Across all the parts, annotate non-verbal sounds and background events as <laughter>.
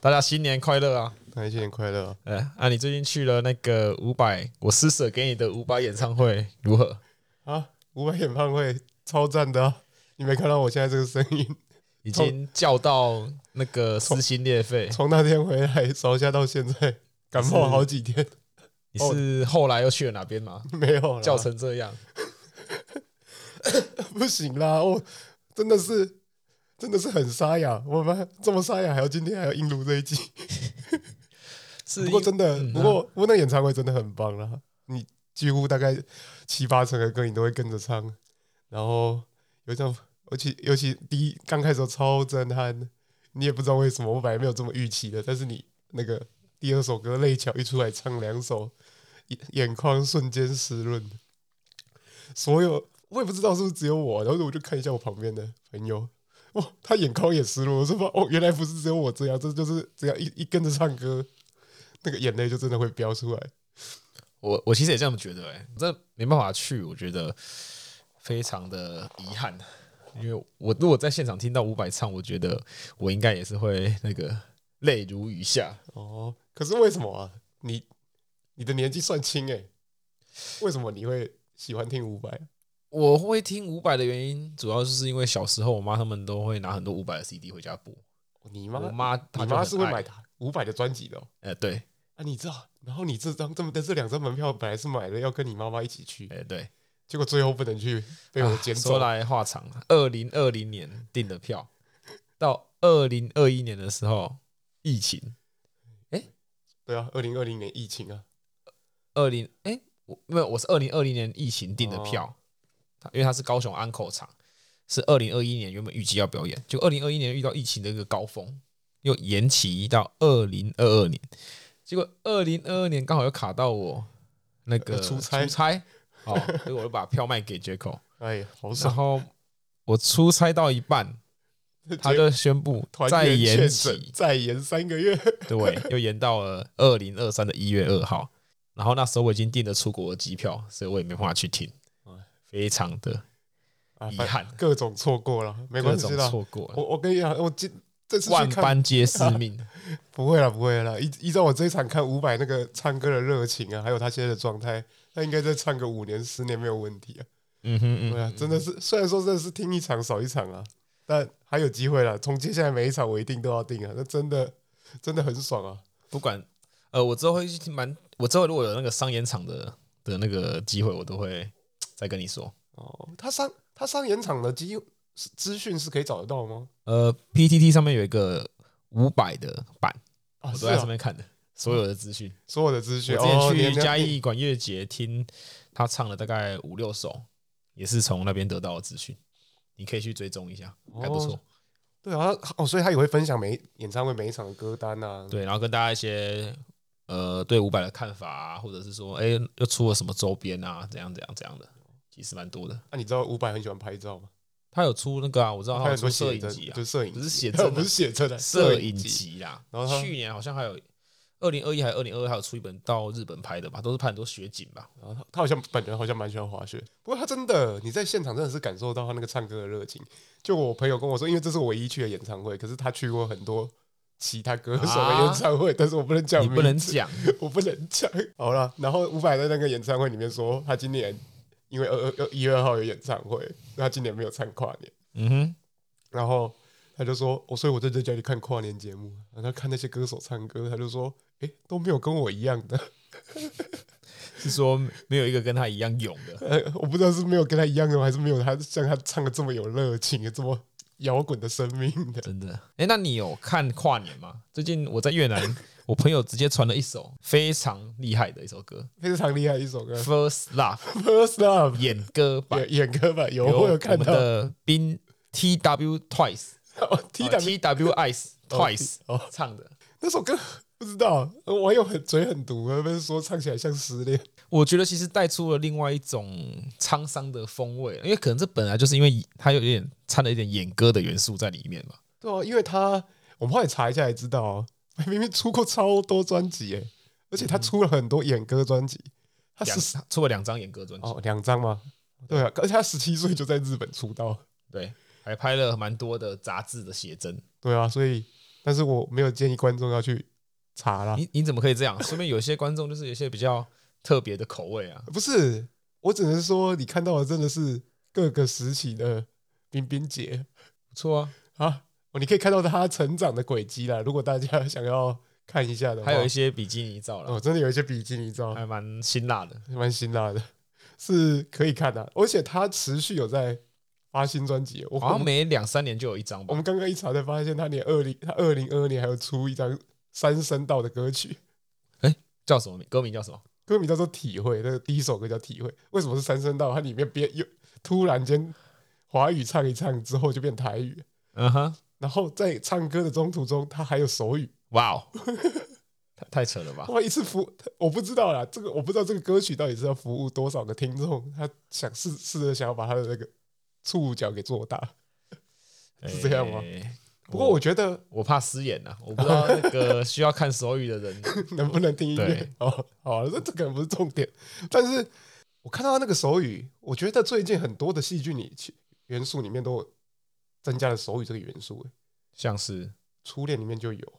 大家新年快乐啊！那新年快乐！哎、啊，你最近去了那个伍佰，我施舍给你的伍佰演唱会如何？啊，五百演唱会超赞的、啊，你没看到我现在这个声音？ <laughs> 已经叫到那个撕心裂肺。从那天回来烧下到现在，感冒好几天，你哦是后来又去了哪边吗？没有啦叫成这样，不行啦！我真的是真的是很沙哑，我们这么沙哑，还要今天还要硬录这一集。是不过因真的，嗯不过不过那演唱会真的很棒啦，你几乎大概七八成的歌你都会跟着唱，然后有一种，尤其尤其第一刚开始的时候超震撼，你也不知道为什么，我本来没有这么预期的，但是你那个第二首歌《泪桥》一出来唱两首，眼眼眶瞬间湿润，所有我也不知道是不是只有我，然后我就看一下我旁边的朋友。哇，他眼眶也湿润，我说哦，原来不是只有我这样，这就是只要一一跟着唱歌，那个眼泪就真的会飙出来。我我其实也这样觉得、欸，哎，真的没办法去，我觉得非常的遗憾，因为我如果在现场听到伍佰唱，我觉得我应该也是会那个泪如雨下。哦，可是为什么啊？你你的年纪算轻哎、为什么你会喜欢听伍佰？啊我会听伍佰的原因，主要就是因为小时候我妈他们都会拿很多伍佰的 CD 回家播。你妈，我哦妈她你就妈很是会爱欸买伍佰的专辑的、哦、呃，对，啊？你知道？然后你这张这么的这两张门票本来是买了要跟你妈妈一起去，哎、对，结果最后不能去，被我捡啊说走了。来话长，二零二零年订的票，到二零二一年的时候疫情，对啊，二零二零年疫情啊，二零哎，我没有，我是二零二零年疫情订的票，它因为它是高雄安口场，是二零二一年原本预计要表演，就二零二一年遇到疫情的一个高峰，又延期到二零二二年，结果二零二二年刚好又卡到我那个呃出差出差，哦，所以我就把票卖给 j 口，哎呀，好然 <laughs> 爽！后我出差到一 <laughs> 半，他结果就宣布团再员确延诊期，再延三个月，对，又延到了二零二三的一月二号。然后那时候我已经订了出国的机票，所以我也没办法去听，哎非常的啊遗反憾，各种错过了，没各关系种啦。错过了，我我跟你讲，我今这次去万看般皆 <laughs> 是命。不会啦，不会啦。依依照我这一场看伍佰那个唱歌的热情啊，还有他现在的状态，他应该再唱个五年、十年没有问题啊。嗯哼嗯对啊哼，，真的是，虽然说真的是听一场少一场啊，但还有机会啦。从接下来每一场我一定都要订啊，那真的真的很爽啊。不管呃，我之后会去听蛮，我之后如果有那个商演场的的那个机会，我都会再跟你说。哦，他上他上演场的机是资讯是可以找得到吗？呃，PTT 上面有一个五百的版，啊，我是都在上啊，面看的，所有的资讯。所有的资讯。我哦之你前去你嘉你义管乐节听他唱了大概五六首，也是从那边得到的资讯，你可以去追踪一下，还不错哦。对啊，他哦，所以他也会分享每演唱会每一场的歌单啊。对，然后跟大家一些呃对伍佰的看法啊，或者是说哎、又出了什么周边啊，怎样怎样怎样的，其实蛮多的。那、啊你知道伍佰很喜欢拍照吗？他有出那个啊，我知道他他有很出多摄写影真集，啊就，摄影集不是 <laughs> 写真啊不是写真的摄影集。集啦。然后他去年好像还有二零二一还是二零二二，还有出一本到日本拍的吧，都是拍很多雪景吧。然后他他好像本人好像蛮喜欢滑雪，不过他真的你在现场真的是感受到他那个唱歌的热情。就我朋友跟我说，因为这是我唯一去的演唱会，可是他去过很多其他歌手的啊演唱会，但是我不能讲你名字，不能讲， <laughs> 我不能讲。好了，然后伍佰在那个演唱会里面说，他今年因为二二二一月二号有演唱会，那他今年没有唱跨年，嗯哼，然后他就说，我、所以我就在家里看跨年节目，然后他看那些歌手唱歌，他就说，诶，都没有跟我一样的。 <laughs> 是说没有一个跟他一样勇的。呃，我不知道是没有跟他一样的吗，还是没有他像他唱的这么有热情，这么摇滚的生命的。 <laughs> 真的。哎、那你有看跨年吗？最近我在越 <laughs> 南，我朋友直接传了一首非常厉害的一首歌非常厉害的一首歌《 《 First Love <laughs> First》Love 演歌版， <laughs> 演演歌版有由我有我看们到的冰 T W Twice <laughs> 哦呃 T W T W Ice Twice <laughs> 哦唱的。那首歌不知道，呃网友很嘴很毒，他们说唱起来像失恋。我觉得其实带出了另外一种沧桑的风味，因为可能这本来就是因为它有点掺了一点演歌的元素在里面嘛。对啊，因为他 <laughs> 我们后来查一下才知道哦，明明出过超多专辑诶，而且他出了很多演歌专辑，他两啊是出了两张演歌专辑，哦两张吗？对啊，而且他十七岁就在日本出道。对，还拍了蛮多的杂志的写真。对啊，所以但是我没有建议观众要去查啦。你你怎么可以这样？说明有些观众就是有些比较特别的口味啊。不是，我只能说你看到的真的是各个时期的冰冰姐不错啊，啊，哦你可以看到她成长的轨迹啦。如果大家 <laughs> 想要看一下的话，还有一些比基尼照了，哦，真的有一些比基尼照，还蛮辛辣的。蛮辛辣的，是可以看的、啊而且她持续有在发新专辑，我好我像们每两三年就有一张我吧。们刚刚一查才发现，她连二零她二零二二年还有出一张三声道的歌曲。叫什么名？歌名叫什么？歌名叫做《体会》，那个第一首歌叫《体会》。为什么是三声道？它里面变又突然间华语唱一唱之后就变台语，嗯哼，然后在唱歌的中途中，它还有手语。哇 <laughs> 哦，太太扯了吧！哇，一次服，我不知道啦，这个我不知道这个歌曲到底是要服务多少个听众，他想试试着想要把他的那个触角给做大。 <laughs> 是这样吗哎不过我觉得我怕失言呐、啊，我不知道那 <laughs> 个需要看手语的人。能不能听音乐对？哦，好啊，这这可能不是重点，但是我看到他那个手语，我觉得最近很多的戏剧里元素里面都有增加了手语这个元素、欸像是初恋里面就有，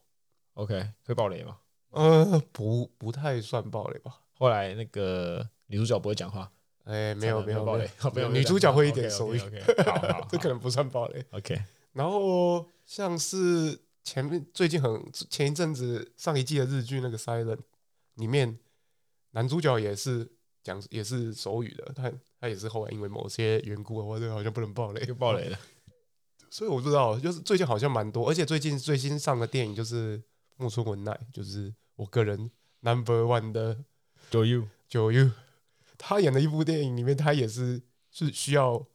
OK 会爆雷吗？呃，不不太算暴雷吧？后来那个女主角不会讲话，哎，没有没有爆没雷，<laughs> 有，没有女主角会一点手语， OK，好好好 <laughs> 这可能不算暴雷。 OK 然后像是前面最近很前一阵子上一季的日剧那个《Silent》里面，男主角也是讲也是手语的，他他也是后来因为某些缘故，我这个好像不能暴雷 <laughs> 又，爆雷了。所以我不知道，就是最近好像蛮多，而且最近最新上的电影就是木村文乃，就是我个人 number one 的 Do you 九 U，他演的一部电影里面，他也是是需要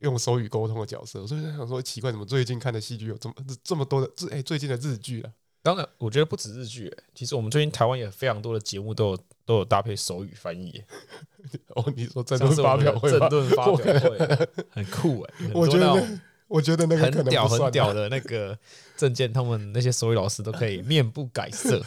用手语沟通的角色，所以我想说奇怪，怎么最近看的戏剧有这么这这么多的这哎、最近的日剧啊？当然，我觉得不止日剧、欸，其实我们最近台湾也非常多的节目都有都有搭配手语翻译、欸，哦，你说整像顿是我发们表的会政吧？论 <laughs> 发表会啊，很酷哎、欸，我觉得很多那那种我觉得那个可很能屌不算很啊屌的那个证件，他们那些手语老师都可以面不改色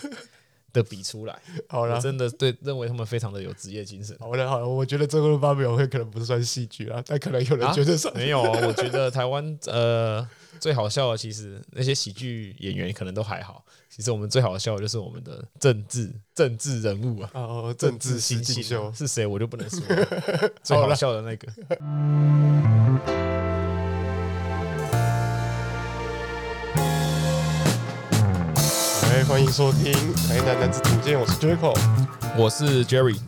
的比出 <laughs> 来，好我了。真的对认为他们非常的有职业 <laughs> 精神。好了好了，我觉得这个发表会可能不算戏剧啊，但可能有人觉得是、没有啊，我觉得台湾呃最好笑的，其实那些喜剧演员可能都还好，其实我们最好笑的就是我们的政治政治人物啊，哦，政治新新进秀秀，是谁我就不能 <laughs> 说了，最好笑的那个。哎，欢迎收听《台南男子图鉴》，我是 Jaco。我是 Jerry。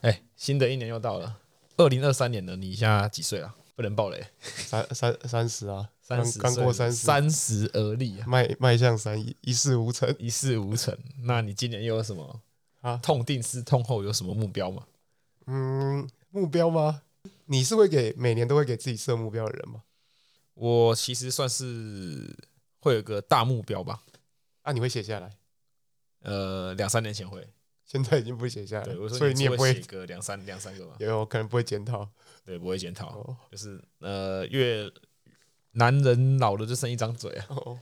哎、新的一年又到了，二零二三年了，你现在几岁了？不能暴雷，三三三十啊，三十刚刚过三十，三十而立啊，迈迈向三一，一事无成。一事无成。那你今年又有什么啊痛定思痛后有什么目标吗？嗯，目标吗？你是会给每年都会给自己设目标的人吗？我其实算是会有个大目标吧，啊，你会写下来？呃，两三年前会，现在已经不写下来对，了，我说所以你你也只不会写会，个两三两三个吧，有可能不会检讨。对，不会检讨，哦就是呃，越男人老了就剩一张嘴啊，哦，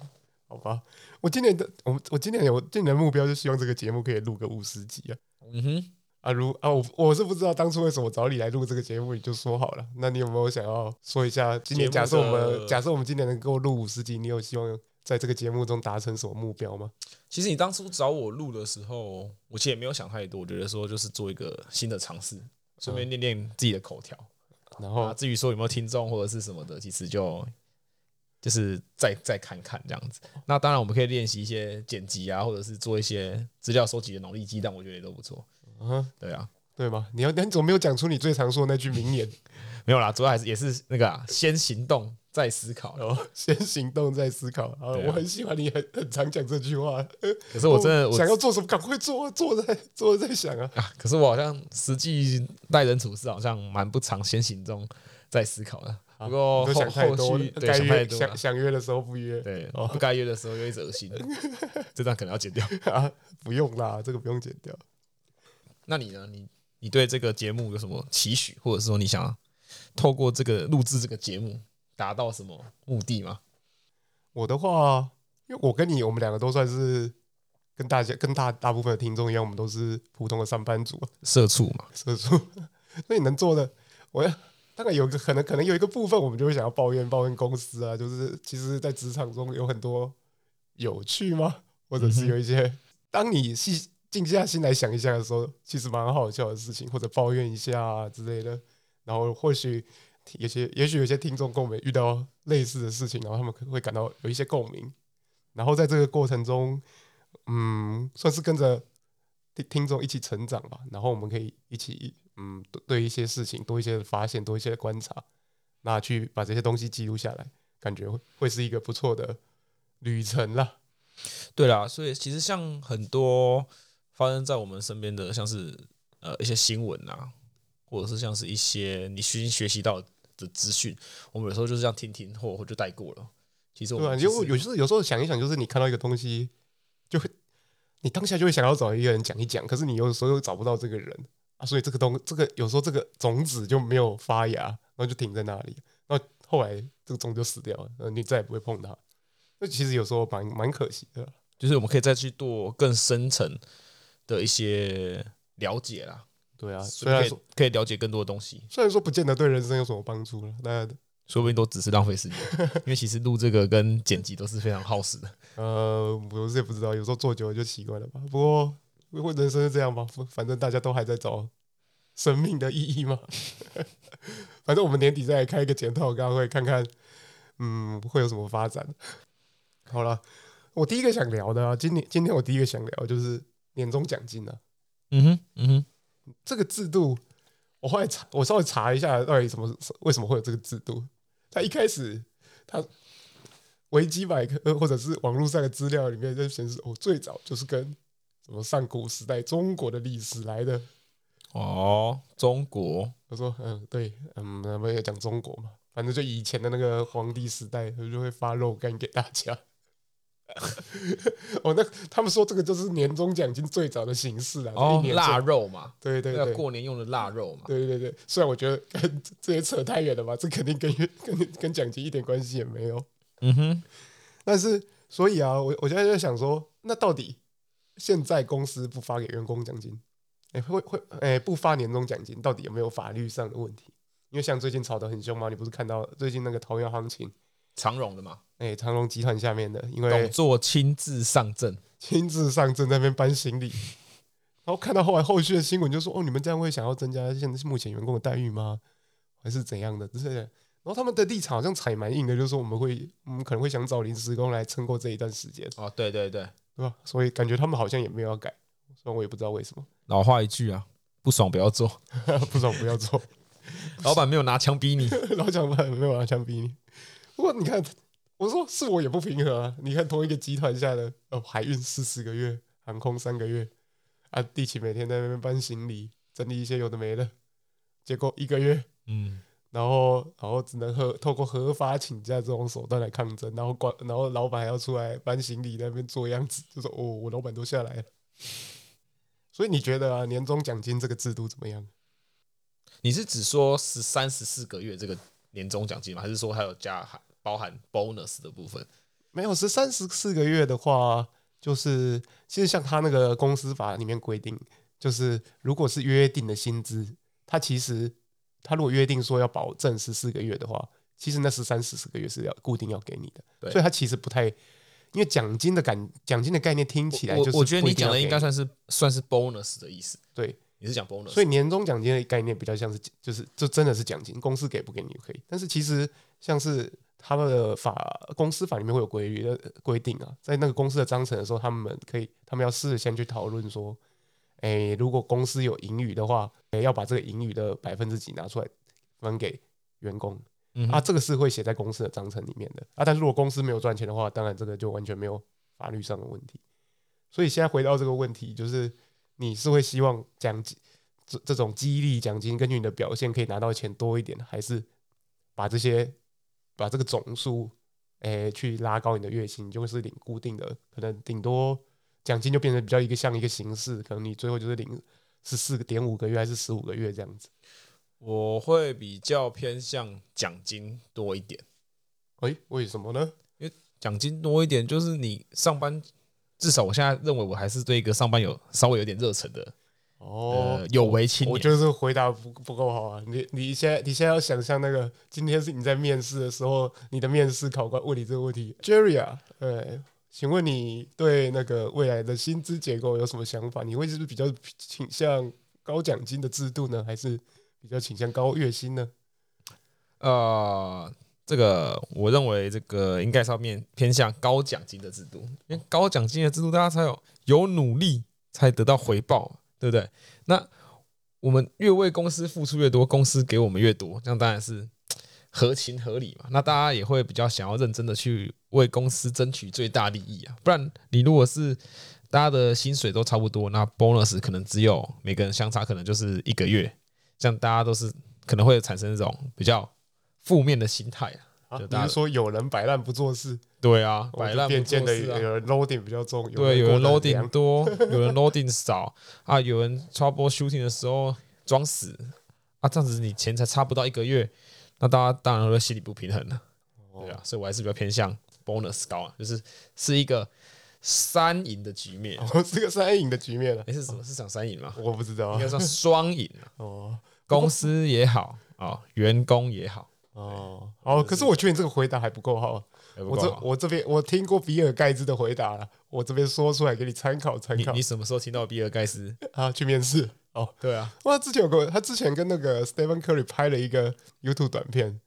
好吧。我今年的我我今年有今年的目标就希望这个节目可以录个五十集啊嗯哼。啊如啊我我是不知道当初为什么找你来录这个节目，你就说好了。那你有没有想要说一下今年？节目假设我的们假设我们今年能够录五十集，你有希望在这个节目中达成什么目标吗？其实你当初找我录的时候，我其实也没有想太多，我觉得说就是做一个新的尝试，顺便练练自己的口条。然啊，后至于说有没有听众或者是什么的，其实就就是再再看看这样子。那当然，我们可以练习一些剪辑啊，或者是做一些资料收集的脑力激荡，我觉得也都不错。嗯，对啊，对吗？你要你怎么没有讲出你最常说的那句名言？没有啦，主要还是也是那个、啊、先行动再思考。哦， <laughs> 先行动再思考。啊，对啊我很喜欢你很很常讲这句话。哎可是我真的我想要做什么，赶快做，做在做在想啊。啊，可是我好像实际待人处事好像蛮不常先行动再思考的。不过啊后你都想太后多了续，对该想太约多了想，想约的时候不约对，哦 <laughs> 不该约的时候又一直恶心，这段可能要剪掉。啊，不用啦，这个不用剪掉。那你呢？你你对这个节目有什么期许，或者说你想透过这个录制这个节目达到什么目的吗？我的话，因为我跟你，我们两个都算是跟大家跟大大部分的听众一样，我们都是普通的上班族，啊 <laughs> 社畜嘛，社畜。所以能做的，我要当然有一个可能，可能有一个部分我们就会想要抱怨抱怨公司啊，就是其实，在职场中有很多有趣吗？或者嗯是哼有一些，当你细静下心来想一下的时候，其实蛮好笑的事情，或者抱怨一下、啊、之类的。然后或许有些，也许有些听众跟我们遇到类似的事情，然后他们可能会感到有一些共鸣。然后在这个过程中，嗯，算是跟着听听众一起成长吧。然后我们可以一起，嗯，对对一些事情多一些的发现，多一些的观察，那去把这些东西记录下来，感觉会会是一个不错的旅程啦。对啦，所以其实像很多发生在我们身边的，像是呃一些新闻啊，或者是像是一些你新学习到的资讯，我们有时候就是这样听听或或就带过了。其实我对吧、们啊？其就实有时候有时候想一想，就是你看到一个东西，就会你当下就会想要找一个人讲一讲，可是你有时候又找不到这个人啊，所以这个东这个有时候这个种子就没有发芽，然后就停在那里，然后后来这个种就死掉了，呃，你再也不会碰它。那其实有时候蛮蛮可惜的啦，就是我们可以再去做更深层的一些了解啦，对啊，虽所以然可以说可以了解更多的东西，虽然说不见得对人生有什么帮助了，但说不定都只是浪费时间， <laughs> 因为其实录这个跟剪辑都是非常耗时的。呃，我是也不知道，有时候做久了就习惯了吧。不过，不过人生是这样吧，反反正大家都还在找生命的意义嘛。 <laughs> 反正我们年底再来开一个检讨大会，看看嗯会有什么发展。好了，我第一个想聊的啊，今年今天我第一个想聊就是年终奖金啊，嗯哼，嗯哼，这个制度，我后来查，我稍微查一下到底什么为什么会有这个制度。他一开始，他维基百科或者是网络上的资料里面就显示，哦，最早就是跟什么上古时代中国的历史来的。哦，中国，我说，嗯，对，嗯，那们也讲中国嘛，反正就以前的那个皇帝时代，他们就会发肉干给大家。 <laughs> 哦，那他们说这个就是年终奖金最早的形式啦，哦一，年腊中，肉嘛，对对那对个，过年用的腊肉嘛，对对对，虽然我觉得跟这也扯太远了吧，这肯定跟跟跟奖金一点关系也没有。嗯哼，但是，所以啊，我我现在就在想说，那到底现在公司不发给员工奖金，哎、会会哎、不发年终奖金，到底有没有法律上的问题？因为像最近吵得很凶嘛，你不是看到最近那个桃园行情，长荣的嘛，哎、长隆集团下面的，因董为座亲自上阵，亲自上阵在那边搬行李，然后看到后来后续的新闻就说，哦，你们这样会想要增加现在目前员工的待遇吗？还是怎样的之类的？然后他们的立场好像踩蛮硬的，就是说我们会，我们可能会想找临时工来撑过这一段时间，哦，对对对，对吧？所以感觉他们好像也没有要改，虽然我也不知道为什么， <laughs> 老话一句啊，不爽不要做，不爽不要做， <laughs> 老板没有拿枪逼你，老蒋们没有拿枪逼你。不过你看，我说是我也不平衡啊。你看同一个集团下的，呃，海运四十个月，航空三个月，啊，地勤每天在那边搬行李，整理一些有的没的，结果一个月，嗯，然后然后只能合透过合法请假这种手段来抗争，然后管然后老板还要出来搬行李在那边做样子，就说哦，我老板都下来了。所以你觉得啊，年终奖金这个制度怎么样？你是只说十三十四个月这个年终奖金吗？还是说还有加含包含 bonus 的部分？没有十三十四个月的话，就是其实像他那个公司法里面规定，就是如果是约定的薪资，他其实他如果约定说要保证十四个月的话，其实那十三十四个月是要固定要给你的，对所以他其实不太。因为奖金的感奖金的概念听起来就是我我觉得不一你定讲要的给应该算是算是 bonus 的意思，对，你是讲 bonus，所以年终奖金的概念比较像是就是就真的是奖金，公司给不给你可以，但是其实像是他们的法公司法里面会有规律的规定啊，在那个公司的章程的时候，他们可以他们要事先去讨论说，诶，如果公司有盈余的话，诶要把这个盈余的百分之几拿出来分给员工嗯哼啊，这个是会写在公司的章程里面的啊。但是如果公司没有赚钱的话，当然这个就完全没有法律上的问题。所以现在回到这个问题，就是你是会希望奖金这这种激励奖金根据你的表现可以拿到钱多一点，还是把这些把这个总数诶、去拉高你的月薪，你就是领固定的，可能顶多奖金就变成比较一个像一个形式，可能你最后就是领十四点五个月还是十五个月这样子。我会比较偏向奖金多一点，诶、为什么呢？奖金多一点就是你上班，至少我现在认为我还是对一个上班有稍微有点热忱的哦呃，有为青我年。就是回答不不够好啊！你你现在你现在要想象那个，今天是你在面试的时候，你的面试考官问你这个问题，Jerry 啊，呃，请问你对那个未来的薪资结构有什么想法？你会是比较倾向高奖金的制度呢，还是比较倾向高月薪呢？呃，这个我认为这个应该是要面偏向高奖金的制度，因为高奖金的制度大家才有有努力才得到回报，对不对？那我们越为公司付出越多，公司给我们越多，这样当然是合情合理嘛。那大家也会比较想要认真的去为公司争取最大利益啊，不然你如果是大家的薪水都差不多，那 bonus 可能只有每个人相差可能就是一个月，这样大家都是可能会产生这种比较负面的心态啊。啊就，你大是说有人摆烂不做事，对啊，我摆哦就烂变不做见的事啊。有人 loading 比较重，对，有人过得凉 <laughs> loading 多， <laughs> 有人 loading 少啊，有人 trouble shooting 的时候装死啊，这样子你钱才差不到一个月，那大家当然会心里不平衡了，哦对啊，所以我还是比较偏向 bonus 高啊，就是是一个三赢的局面。哦，这个三赢的局面了、啊哎、是什么？是讲三赢吗？我不知道应啊该算双赢啊，哦 <laughs> 公司也好啊、哦员工也好，哦哎哦，可是我觉得你这个回答还不够好。啊也不我够啊这好我这边我听过比尔盖茨的回答了，我这边说出来给你参考参你考你什么时候听到比尔盖 <laughs> 茨？啊，去面试哦。对啊，哇，之前有个他之前跟那个 Stephen Curry 拍了一个 YouTube 短片，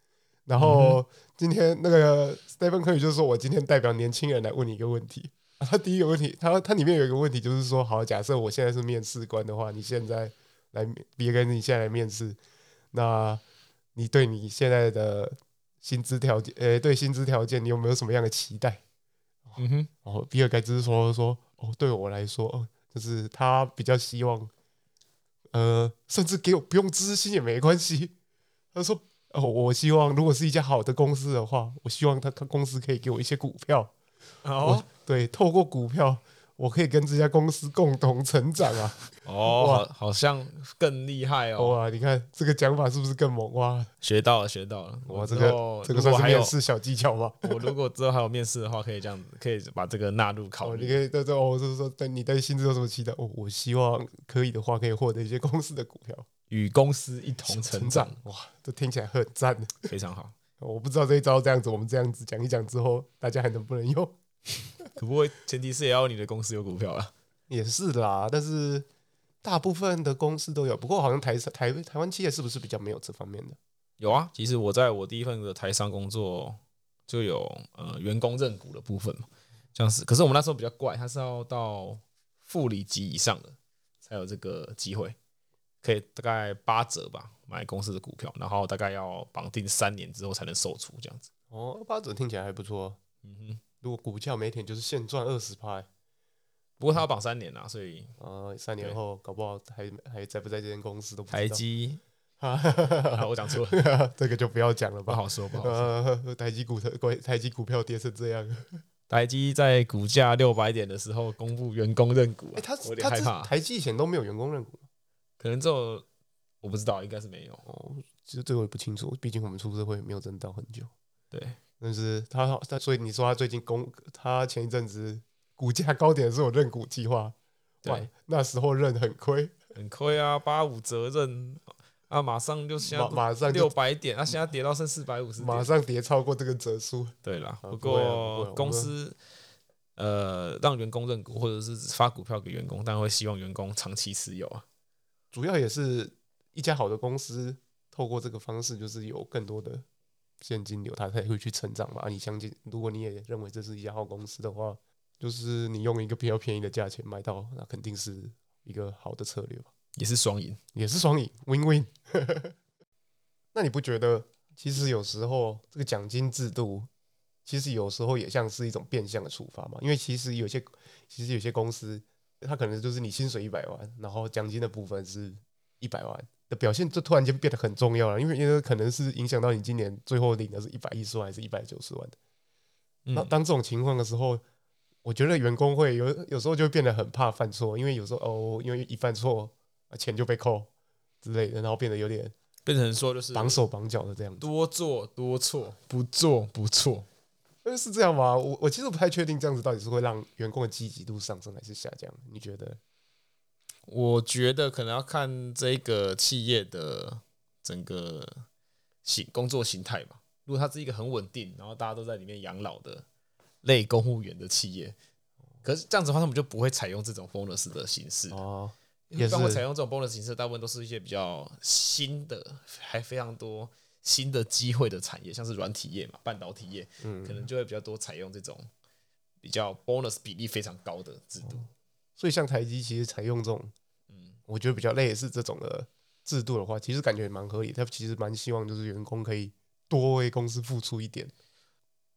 然嗯后今天那个 Stephen Curry 就说我今天代表年轻人来问你一个问题。啊他第一个问题，他他里面有一个问题就是说，好，假设我现在是面试官的话，你现在来面比尔盖茨，你现在来面试，那你对你现在的薪资条件，呃、对薪资条件，你有没有什么样的期待？嗯哼，哦，比尔盖茨说说哦，对我来说，哦，就是他比较希望，呃，甚至给我不用支薪也没关系。 <laughs> 他说哦，我希望如果是一家好的公司的话，我希望他他公司可以给我一些股票，哦对，透过股票。我可以跟这家公司共同成长啊！哦，好好像更厉害哦。哇，你看这个讲法是不是更猛哇？学到了，学到了。哇，我这之个后这个如算果是还面有，试小技巧吧？ <laughs> 我如果之后还有面试的话，可以这样子，可以把这个纳入考哦，你虑。可 <laughs> 以对对，哦，就是说对你对薪资有什么期待？哦，我希望可以的话，可以获得一些公司的股票。与公司一同成长，哇，这听起来很赞。非常好。我不知道这一招这样子，我们这样子讲一讲之后，大家还能不能用？可不过前提是也要你的公司有股票啊。也是啦，但是大部分的公司都有，不过好像台台台湾企业是不是比较没有这方面的？有啊，其实我在我第一份的台商工作就有呃员工认股的部分嘛，像是，可是我们那时候比较怪，它是要到副理级以上的才有这个机会，可以大概八折吧买公司的股票，然后大概要绑定三年之后才能售出这样子。哦，八折听起来还不错。嗯哼。如果股价每天就是现赚二十趴，不过他要绑三年啊，所以呃，三年对后搞不好还还在不在这间公司都不知道台积啊，我讲错了， <laughs> 这个就不要讲了不吧。好说，不好说。呃，台积股台台积股票跌成这样，台积在股价六百点的时候公布员工认股、啊，哎、他我有点他害这怕，台积以前都没有员工认股，可能只有我不知道，应该是没有。哦，其实这我也不清楚，毕竟我们出社会也没有真的到很久。对，但是他他所以你说他最近公他前一阵子股价高点的时候有认股计划，哇对，那时候认很亏，很亏啊，八五责任啊，马上就现在马马上六就百点，啊，现在跌到剩四百五十马点。上跌超过这个折数，对啦，啊不不会啊不会啊我过们公司呃让员工认股或者是发股票给员工，但会希望员工长期持有啊。主要也是一家好的公司透过这个方式，就是有更多的现金流，它才会去成长嘛。啊你相信，如果你也认为这是一家好公司的话，就是你用一个比较便宜的价钱买到，那肯定是一个好的策略吧。也是双赢，也是双赢，win win。那你不觉得，其实有时候这个奖金制度，其实有时候也像是一种变相的处罚嘛？因为其实有些，其实有些公司，它可能就是你薪水一百万，然后奖金的部分是一百万的表现，就突然间变得很重要了，因为因为可能是影响到你今年最后领的是一百一十万还是一百九十万的。嗯那，当这种情况的时候，我觉得员工会有有时候就会变得很怕犯错，因为有时候哦，因为一犯错，啊钱就被扣之类的，然后变得有点变成说就是绑手绑脚的这样子。多做多错，不做不错。呃，是这样吗？我我其实不太确定这样子到底是会让员工的积极度上升还是下降，你觉得？我觉得可能要看这个企业的整个形工作形态吧。如果它是一个很稳定，然后大家都在里面养老的类公务员的企业，可是这样子的话，他们就不会采用这种 bonus 的形式。哦，也一般会是采用这种 bonus 形式，大部分都是一些比较新的，还非常多新的机会的产业，像是软体业嘛、半导体业，嗯可能就会比较多采用这种比较 bonus 比例非常高的制哦度。所以像台积其实采用这种，嗯我觉得比较类似这种的制度的话，其实感觉也蛮合理。他其实蛮希望就是员工可以多为公司付出一点，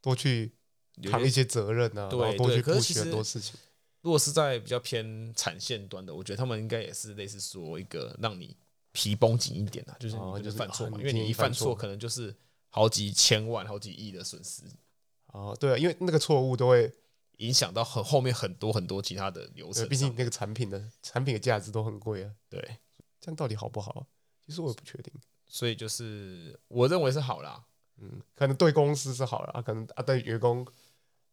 多去有扛些一些责任啊，对然后多对去可布是其局很多实事情。如果是在比较偏产线端的，我觉得他们应该也是类似说一个让你皮绷紧一点啊，就是你哦不就是能犯错嘛，啊因为你你建一议犯犯错错可能就是好几千万、好几亿的损失，哦，对啊，因为那个错误都会，影响到很后面很多很多其他的流呃程毕竟上。那个产品的产品的价值都很贵啊，对，这样到底好不好？其实我也不确定，所以就是我认为是好啦，嗯，可能对公司是好了啊，可能啊对员工，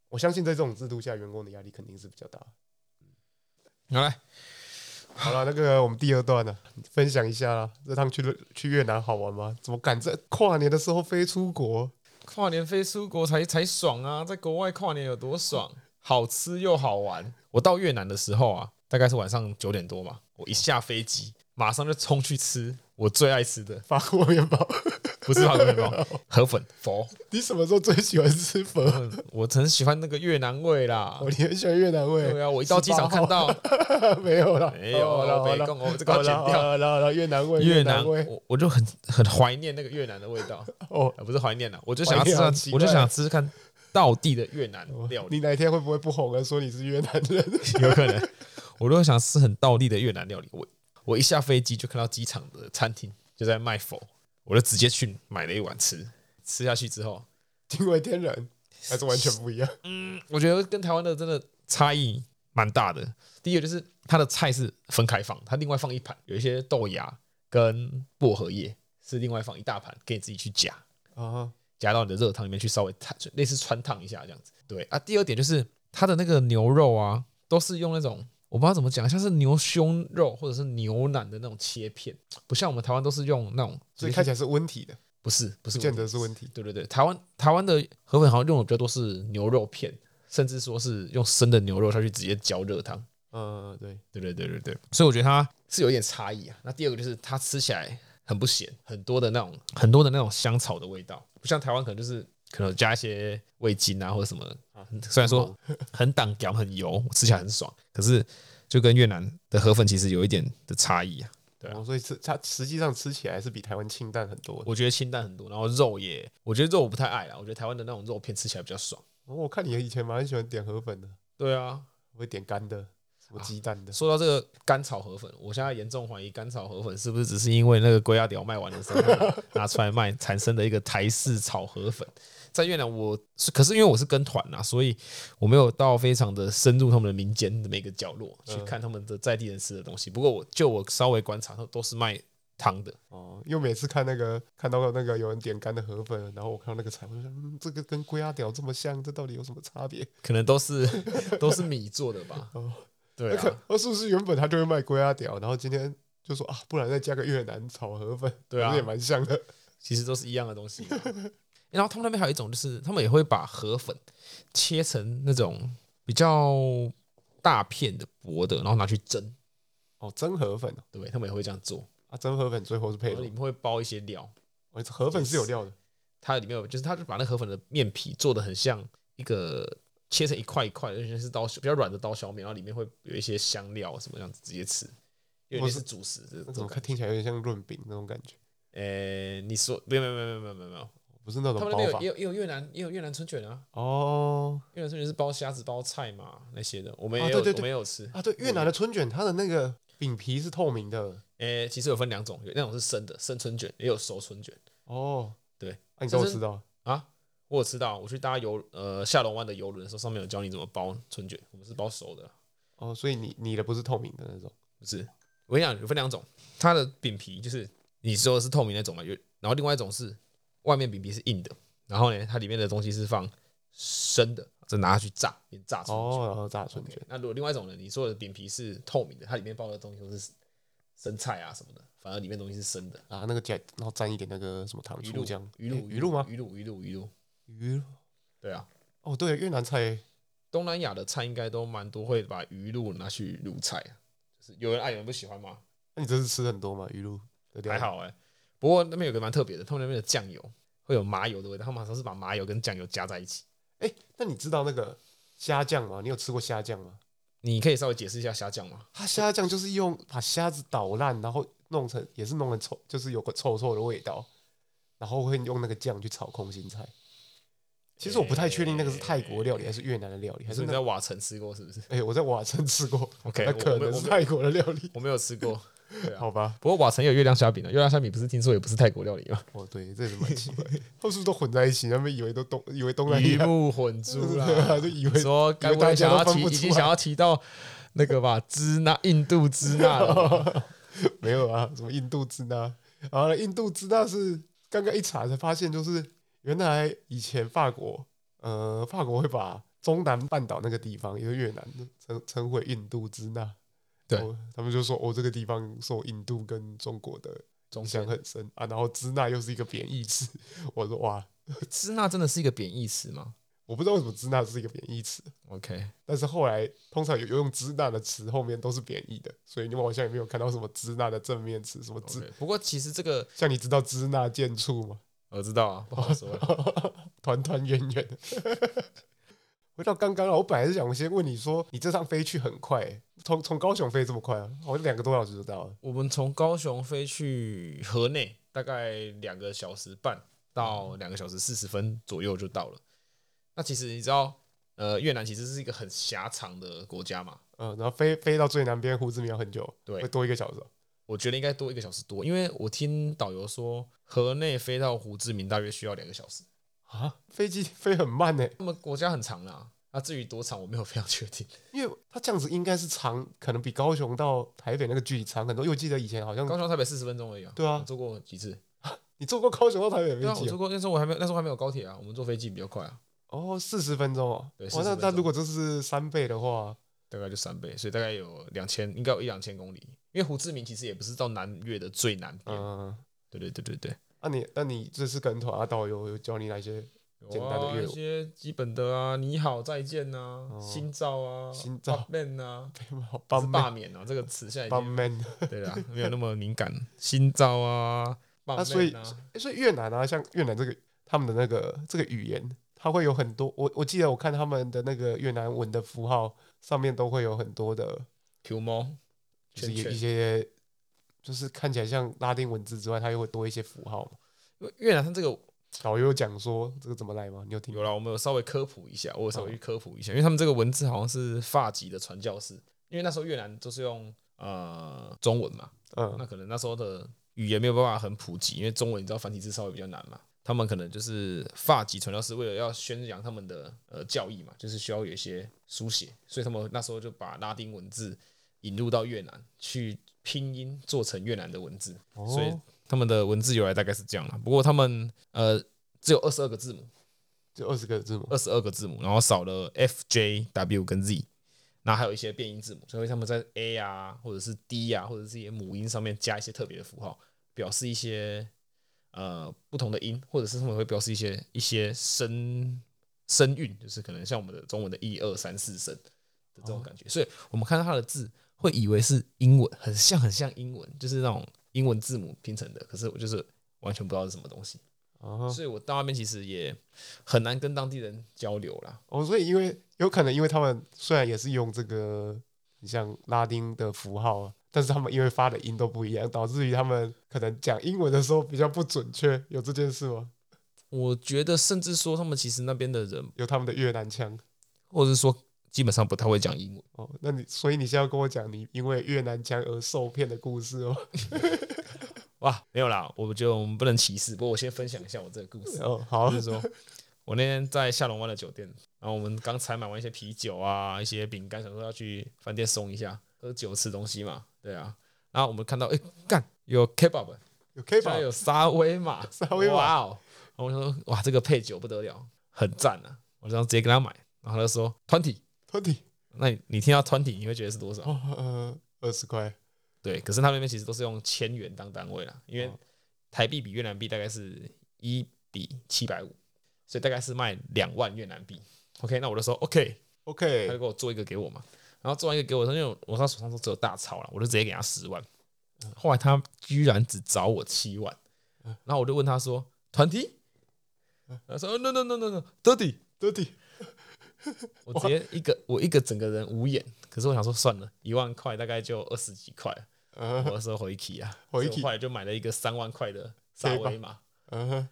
我相信在这种制度下，员工的压力肯定是比较大。好来，好了，那个我们第二段呢、分享一下啦。这趟去了去越南好玩吗？怎么敢在跨年的时候飞出国？跨年飞出国才才爽啊！在国外跨年有多爽？好吃又好玩。我到越南的时候啊，大概是晚上九点多嘛，我一下飞机马上就冲去吃我最爱吃的，法国面包， <laughs> 不是法国面包，河粉佛。你什么时候最喜欢吃粉？啊嗯我很喜欢那个越南味啦哦，。你很喜欢越南味？对啊，我一到机场看到啊没有啦，没有好啦北好啦贡哦，这个要好剪啦掉。好啦好啦越南味，越南南，味我我就很很怀念那个越南的味道。哦。啊，不是怀念了，我就想要怀吃念啊好看奇，怪我就想吃看道地的越南料理，你哪天会不会不红了，说你是越南人？ <laughs> <laughs> 有可能，我如果想吃很道地的越南料理，我我一下飞机就看到机场的餐厅就在卖佛，我就直接去买了一碗吃，吃下去之后，惊为天人，还是完全不一样？我觉得跟台湾的真的差异蛮大的。第一个就是它的菜是分开放，它另外放一盘，有一些豆芽跟薄荷叶是另外放一大盘，给你自己去夹。啊，夹到你的热汤里面去，稍微烫，就类似穿烫一下这样子。对啊，第二点就是它的那个牛肉啊，都是用那种我不知道怎么讲，像是牛胸肉或者是牛腩的那种切片，不像我们台湾都是用那种，所以看起来是温体的，不是不不是，见得是温体。对对对，台湾台湾的河粉好像用的比较多是牛肉片，甚至说是用生的牛肉下去直接浇热汤。嗯，对，对对对对对，所以我觉得它是有一点差异啊。那第二个就是它吃起来很不咸，很多的那种很多的那种香草的味道，不像台湾可能就是可能加一些味精啊或者什么的。虽然说很挡嚼很油，吃起来很爽，可是就跟越南的河粉其实有一点的差异啊。对啊哦，所以吃它实际上吃起来是比台湾清淡很多的。我觉得清淡很多，然后肉也，我觉得肉我不太爱啦。我觉得台湾的那种肉片吃起来比较爽。哦我看你以前蛮喜欢点河粉的，对啊，我会点干的，什么鸡蛋的。说到这个甘草河粉，我现在严重怀疑甘草河粉是不是只是因为那个龟鸭屌卖完的时候 <laughs> 拿出来卖产生的一个台式炒河粉。在越南我，是可是因为我是跟团啊，所以我没有到非常的深入他们的民间的每个角落嗯去看他们的在地人吃的东西。不过我就我稍微观察，他都是卖汤的，哦，因为每次看那个看到那个有人点干的河粉，然后我看到那个菜，我就想，嗯，这个跟龟鸭屌这么像，这到底有什么差别？可能都是 <laughs> 都是米做的吧。哦，对那啊可，那是不是原本他就会卖龟鸭屌，然后今天就说啊，不然再加个越南炒河粉，对啊不是也蛮像的。其实都是一样的东西嘛。 <laughs> 然后他们那边还有一种，就是他们也会把河粉切成那种比较大片的薄的，然后拿去蒸，哦，蒸河粉哦对不对？他们也会这样做，啊，蒸河粉最后是配然后的里，面会包一些料，哦河粉是有料的。它里面有就是它就把那河粉的面皮做的很像一个切成一块一块的，而且是刀削比较软的刀削面，然后里面会有一些香料什么样子直接吃，因为我你是是主食这那这种种看感觉。听起来有点像润饼那种感觉，呃，你说没有没有没有没有没有没有，不是那种他们那包边有法也有也有越南也有越南春卷啊，哦。越南春卷是包虾子、包菜嘛那些的，我们啊也有、对对对我们也有吃。啊，对，越南的春卷，它的那个饼皮是透明的诶、其实有分两种，有那种是生的生春卷，也有熟春卷哦。对，啊、你都有就是吃到啊。我有吃到，我去搭游呃下龙湾的游轮的时候，上面有教你怎么包春卷，我们是包熟的，哦，所以你你的不是透明的那种不是。我跟你讲，有分两种，它的饼皮就是你说的是透明那种嘛，有，然后另外一种是外面饼皮是硬的，然后呢，它里面的东西是放生的，再拿去炸，变炸出哦，然后炸春卷 OK，那如果另外一种人，你说的饼皮是透明的，它里面包的东西都是生菜啊什么的，反而里面东西是生的。啊，那个加，然后沾一点那个什么糖鱼醋露酱，鱼诶露，鱼露吗？鱼露，鱼露，鱼露。鱼露对啊，哦，对，越南菜东南亚的菜应该都蛮多会把鱼露拿去卤菜啊，就是有人爱，有人不喜欢吗？那你这次吃很多吗？鱼露的料还，好哎、不过那边有个蛮特别的，他们那边的酱油会有麻油的味道，他们好像是把麻油跟酱油加在一起。哎，那你知道那个虾酱吗？你有吃过虾酱吗？你可以稍微解释一下虾酱吗？它虾酱就是用把虾子捣烂，然后弄成也是弄成臭，就是有个臭臭的味道，然后会用那个酱去炒空心菜。其实我不太确定那个是泰国料理还是越南的料理，还还是是你那在瓦城吃过是不是？哎、我在瓦城吃过 OK，那我可我能我是泰国的料理，我没有吃 <laughs> 过。对啊，好吧？不过瓦城有月亮虾饼的，月亮虾饼不是听说也不是泰国料理吗？哦，对，这也是蛮奇怪的，他们是不是都混在一起？他们以为都东，以为东南鱼亚， <laughs> 目混珠啦对，啊就以为说该不会想要提，已经想要提到那个吧，支那印度支那了吧， <laughs> 没有啊，什么印度支那？然后呢印度支那是刚刚一查才发现，就是原来以前法国，呃，法国会把中南半岛那个地方，也就是越南，称称为印度支那。对哦他们就说哦，这个地方受印度跟中国的中影响很深啊。然后支那又是一个贬义词， <laughs> 我说哇，支那真的是一个贬义词吗我不知道为什么支那是一个贬义词， ？OK，但是后来通常有有用支那的词后面都是贬义的，所以你们好像也没有看到什么支那的正面词，什么支 OK，不过其实这个像你知道支那建筑吗？ <laughs> 我知道啊，不好说。团团圆圆 <laughs> 的。回到刚刚啊，我本来是想先问你说，你这趟飞去很快、从从高雄飞这么快啊？好像两个多小时就到了。 <laughs> 我们从高雄飞去河内，大概两个小时半到两个小时四十分左右就到了。那其实你知道，呃，越南其实是一个很狭长的国家嘛，嗯，然后飞飞到最南边胡志明要很久，对会多一个小时哦。我觉得应该多一个小时多，因为我听导游说，河内飞到胡志明大约需要两个小时。啊，飞机飞很慢呢、他们国家很长啦，那至于多长，我没有非常确定。 <laughs> 因为它这样子应该是长，可能比高雄到台北那个距离长很多。因为我记得以前好像高雄到台北四十分钟而已啊。对啊我坐过几次？你坐过高雄到台北对啊飞，我机坐哦过。那时候我还没有，那时候还没有高铁啊，我们坐飞机比较快啊，哦，四十分钟哦。对哇，40那分那钟如果这是三倍的话，大概就三倍，所以大概有两千，应该有一两千公里。因为胡志明其实也不是到南越的最南边。嗯，对对对对对，那、啊你那你这次跟团啊，导游有教你哪些简单的有啊粤一语些基本的啊，你好，再见啊，哦心照啊，心照面啊， <laughs> 好不棒是棒罢免啊，这个词现在已棒经 <laughs> man 对啦，没有那么敏感，心照啊，棒 <laughs> 啊，所以、面啊，欸所以越南啊，像越南这个他们的那个这个语言，它会有很多。我我记得我看他们的那个越南文的符号上面都会有很多的， Q 猫，就是圈有圈一些就是看起来像拉丁文字之外，它又会多一些符号嘛。因为越南它这个导游有讲说这个怎么来吗？你有听有啦，我们有稍微科普一下，我有稍微去科普一下，因为他们这个文字好像是发籍的传教士，因为那时候越南都是用呃中文嘛，嗯那可能那时候的语言没有办法很普及，因为中文你知道繁体字稍微比较难嘛，他们可能就是发籍传教士为了要宣扬他们的呃教义嘛，就是需要有一些书写，所以他们那时候就把拉丁文字引入到越南去拼音做成越南的文字，哦所以他们的文字由来大概是这样啦。不过他们呃只有二十二个字母。就二十个字母二十二个字母，然后少了 F、J、W 跟 Z，然后还有一些变音字母，所以他们在 A 啊，或者是 D 啊，或者是一些母音上面加一些特别的符号，表示一些呃不同的音，或者是他们会表示一些一些声声韵，就是可能像我们的中文的一二三四声的这种感觉，所以我们看到它的字会以为是英文，很像很像英文，就是那种英文字母拼成的，可是我就是完全不知道是什么东西。哦所以我到那边其实也很难跟当地人交流啦。哦，所以因为有可能因为他们虽然也是用这个很像拉丁的符号啊，但是他们因为发的音都不一样，导致于他们可能讲英文的时候比较不准确，有这件事吗？我觉得，甚至说他们其实那边的人，有他们的越南腔或者是说基本上不太会讲英文。哦。那你所以你现在要跟我讲你因为越南腔而受骗的故事哦。哇，没有啦，我觉得我们不能歧视。不过我先分享一下我这个故事，哦，好就，是说我那天在下龙湾的酒店，然后我们刚采买完一些啤酒啊，一些饼干，想说要去饭店松一下，喝酒吃东西嘛，对啊。然后我们看到，哎、干有 kebab，有 K 居吧然？有沙威玛， <laughs> 沙威玛哇哦！然后我说，哇，这个配酒不得了，很赞啊！我就直接给他买，然后他就说 twenty， twenty 那你你听到 twenty 你会觉得是多少？哦呃二十块对，可是他们那边其实都是用千元当单位啦，因为哦台币比越南币大概是一比七百五，所以大概是卖两万越南币。OK，那我就说 OK，他就给，OK，我做一个给我嘛，然后做完一个给我，因为我他手上都只有大钞了，我就直接给他十万。后来他居然只找我七万，然后我就问他说：“团体？”他说哦：“No No No No No，dirty。 dirty，” 我直接一个我一个整个人无言。可是我想说算了，一万块大概就二十几块，嗯我说 <laughs> 回 K 啊，所回以去我后来就买了一个三万块的沙威玛。嗯 <laughs> 哼，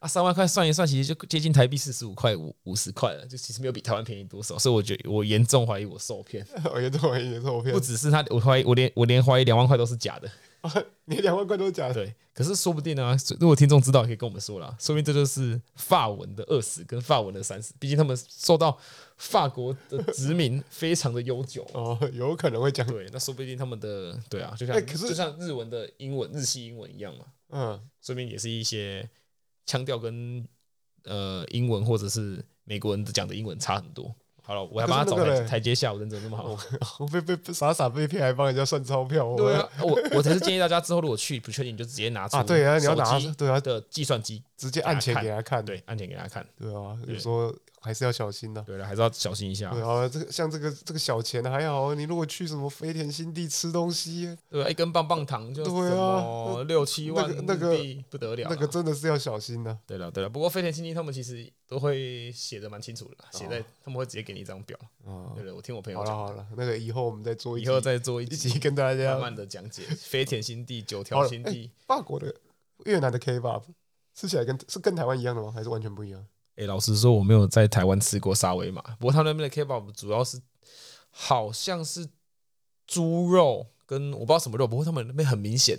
啊，三万块算一算，其实就接近台币四十五块五五十块了，就其实没有比台湾便宜多少，所以我觉得我严重怀疑我受 <laughs> 骗。我严重怀哦疑你是我骗不，只是他，我怀疑我连我连怀疑两万块都是假 <laughs> 的， <laughs> 你两万块都是假的，对。可是说不定啊，如果听众知道，也可以跟我们说啦，说不定这就是法文的二十跟法文的三十，毕竟他们受到法国的殖 <laughs> 民非常的悠久。哦，有可能会讲，对，那说不定他们的对啊，就像、哎可是就像日文的英文日系英文一样嘛，嗯说不定也是一些腔调跟呃英文或者是美国人讲的英文差很多。好了，我还帮他可是找那个台嘞台阶下，我人怎么那么好？我 <laughs> 被被被傻傻被骗，还帮人家算钞票，我对啊，我我才是建议大家之后如果去不确定，你就直接拿出啊，对啊，你要手拿机对啊，的计算机，直接按钱给他看，对，按键给大家看。对啊，对有时候还是要小心的。对了，还是要小心一下对。啊，这个像这个这个小钱还好，你如果去什么飞田新地吃东西，对啊，一根棒棒糖就对啊什么六七万那个那个日币不得了啊。那个真的是要小心的。对了对了，不过飞田新地他们其实都会写的蛮清楚的啦，写在他们会直接给你一张表。啊对，了，我听我朋友哦好讲，了好了，那个以后我们再做一以集后再做一一集集跟大慢家慢的讲 <laughs> 解飞田新地、九好条了新地。法国的越南的 K-pop 吃起来跟是跟台湾一样的吗？还是完全不一样？哎、老实说，我没有在台湾吃过沙威玛，不过他们那边的 K-pop 主要是好像是猪肉跟我不知道什么肉，不过他们那边很明显，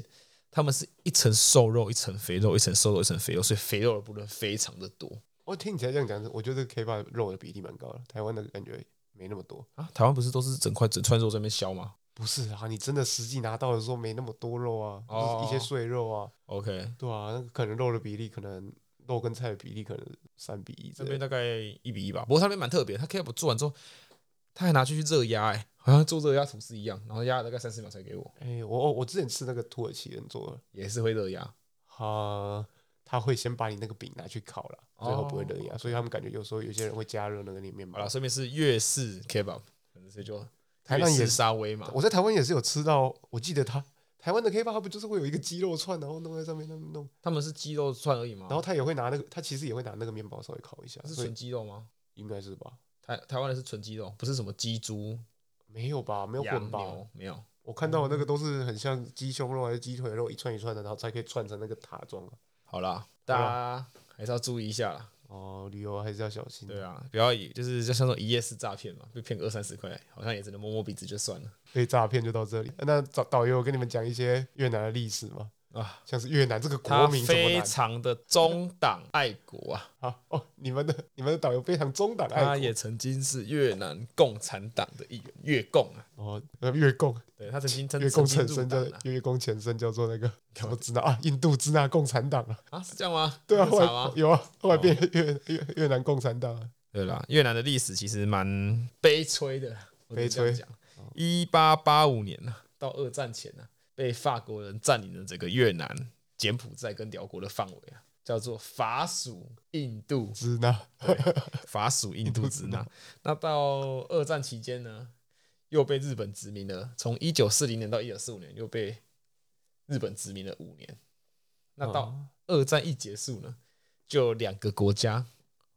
他们是一层瘦肉，一层肥肉，一层瘦肉，一层肥肉，所以肥肉的部分非常的多我听起来这样讲，我觉得 K-pop 肉的比例蛮高的，台湾的感觉没那么多。啊。台湾不是都是整块整串肉在那边削吗不是啊，你真的实际拿到的时候没那么多肉啊，哦就是一些碎肉啊， ？OK，对啊，那可能肉的比例可能肉跟菜的比例可能三比一之这类边的。大概一比一吧。不过他那边蛮特别，他 K-pop 做完之后，他还拿去去热压，哎，好像做热压吐司一样，然后压了大概三十秒才给我，哎、我我我之前吃那个土耳其人做的，也是会热压。啊，他会先把你那个饼拿去烤了，最后不会哦热压，所以他们感觉有时候有些人会加热那个里面好了，嘛。顺便是粤式 K-pop，可能是就台粤湾也式是沙威嘛。我在台湾也是有吃到，我记得他台湾的 K 吧，他不就是会有一个鸡肉串，然后弄在上面那么弄，他们是鸡肉串而已吗？然后他也会拿那个，他其实也会拿那个面包稍微烤一下，是所以纯鸡肉吗？应该是吧？台台湾的是纯鸡肉，不是什么鸡猪、没有吧？没有羊混吧？牛，没有。我看到的那个都是很像鸡胸肉还是鸡腿肉一串一串的，然后才可以串成那个塔状啊。好啦，大家还是要注意一下啦。哦，旅游还是要小心。对啊，不要以就是就像那种一夜式诈骗嘛，被骗个二三十块，好像也只能摸摸鼻子就算了被诈骗就到这里。那导导游有跟你们讲一些越南的历史吗？啊。像是越南这个国他民怎么非来？常的中党爱国啊，好哦，你们的你们的导游非常中党爱国他也曾经是越南共产党的一员，越共啊。哦，呃越共对他曾经曾越曾共经前入身叫党啊越共前身叫做那个什么支那啊，印度支那共产党啊，啊，是这样吗？对啊，有后查吗哦来？有啊，后来变越越越南共产党啊，对啦，越南的历史其实蛮悲催的，我只能这样悲讲。一八八五年呢、到二战前呢、被法国人占领了整个越南、柬埔寨跟辽国的范围啊，叫做法属印 <laughs> 度，支那法属印度支那。那到二战期间呢，又被日本殖民了，从一九四零年到一九四五年又被日本殖民了五年。那到哦二战一结束呢，就有两个国家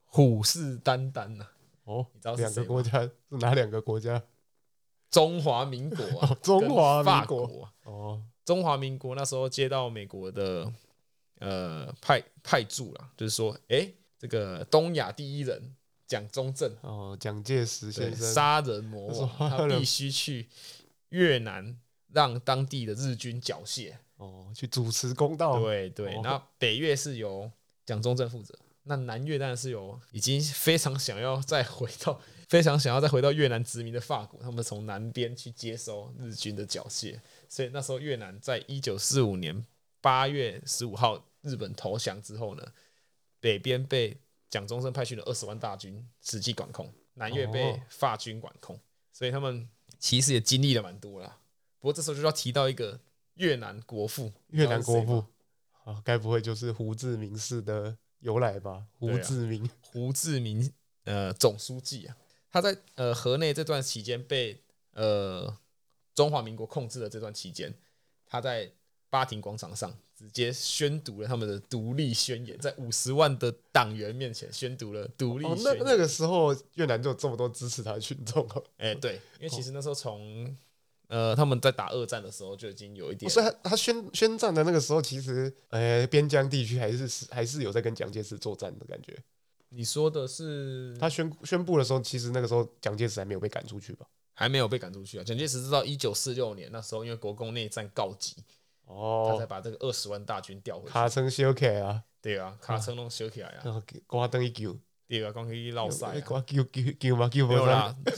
虎视眈眈啊呐、哦你知道，是谁两吗个国家是哪两个国家？中华民国啊，哦中华跟法民国国啊，哦，中华民国那时候接到美国的呃派派驻啦，就是说，哎、这个东亚第一人蒋中正，哦，蒋介石对，先生，杀人魔王，杀他人必须去越南让当地的日军缴械。哦，去主持公道，对对哦，那北越是由蒋中正负责，那南越当然是由已经非常想要再回到非常想要再回到越南殖民的法国，他们从南边去接收日军的缴械，所以那时候越南在一九四五年八月十五号日本投降之后呢，北边被蒋中正派去了二十万大军实际管控，南越哦被法军管控，所以他们其实也经历了蛮多啦。不过这时候就要提到一个越南国父，你越知道南是谁国父吗啊，该不会就是胡志明市的由来吧？胡对啊志明，胡志明呃总书记啊，他在呃河内这段期间被呃中华民国控制的这段期间，他在巴亭广场上直接宣读了他们的独立宣言，在五十万的党员面前宣读了独立哦，那宣言。那个时候越南就有这么多支持他的群众哦，哎、对，因为其实那时候从呃他们在打二战的时候就已经有一点哦所以他 <laughs> 他宣宣战的那个时候，其实呃边疆地区还是还是有在跟蒋介石作战的感觉。你说的是他宣宣布的时候，其实那个时候蒋介石还没有被赶出去吧？还没有被赶出去啊？蒋介石直到一九四六年那时候，因为国共内战告急，他才哦，把这个二十万大军调回去。卡称修改啊，对啊，卡车弄修起来啊，然后刮灯一揪，对啊，光可以绕赛啊。刮揪揪揪嘛揪不没有上，啦， <laughs>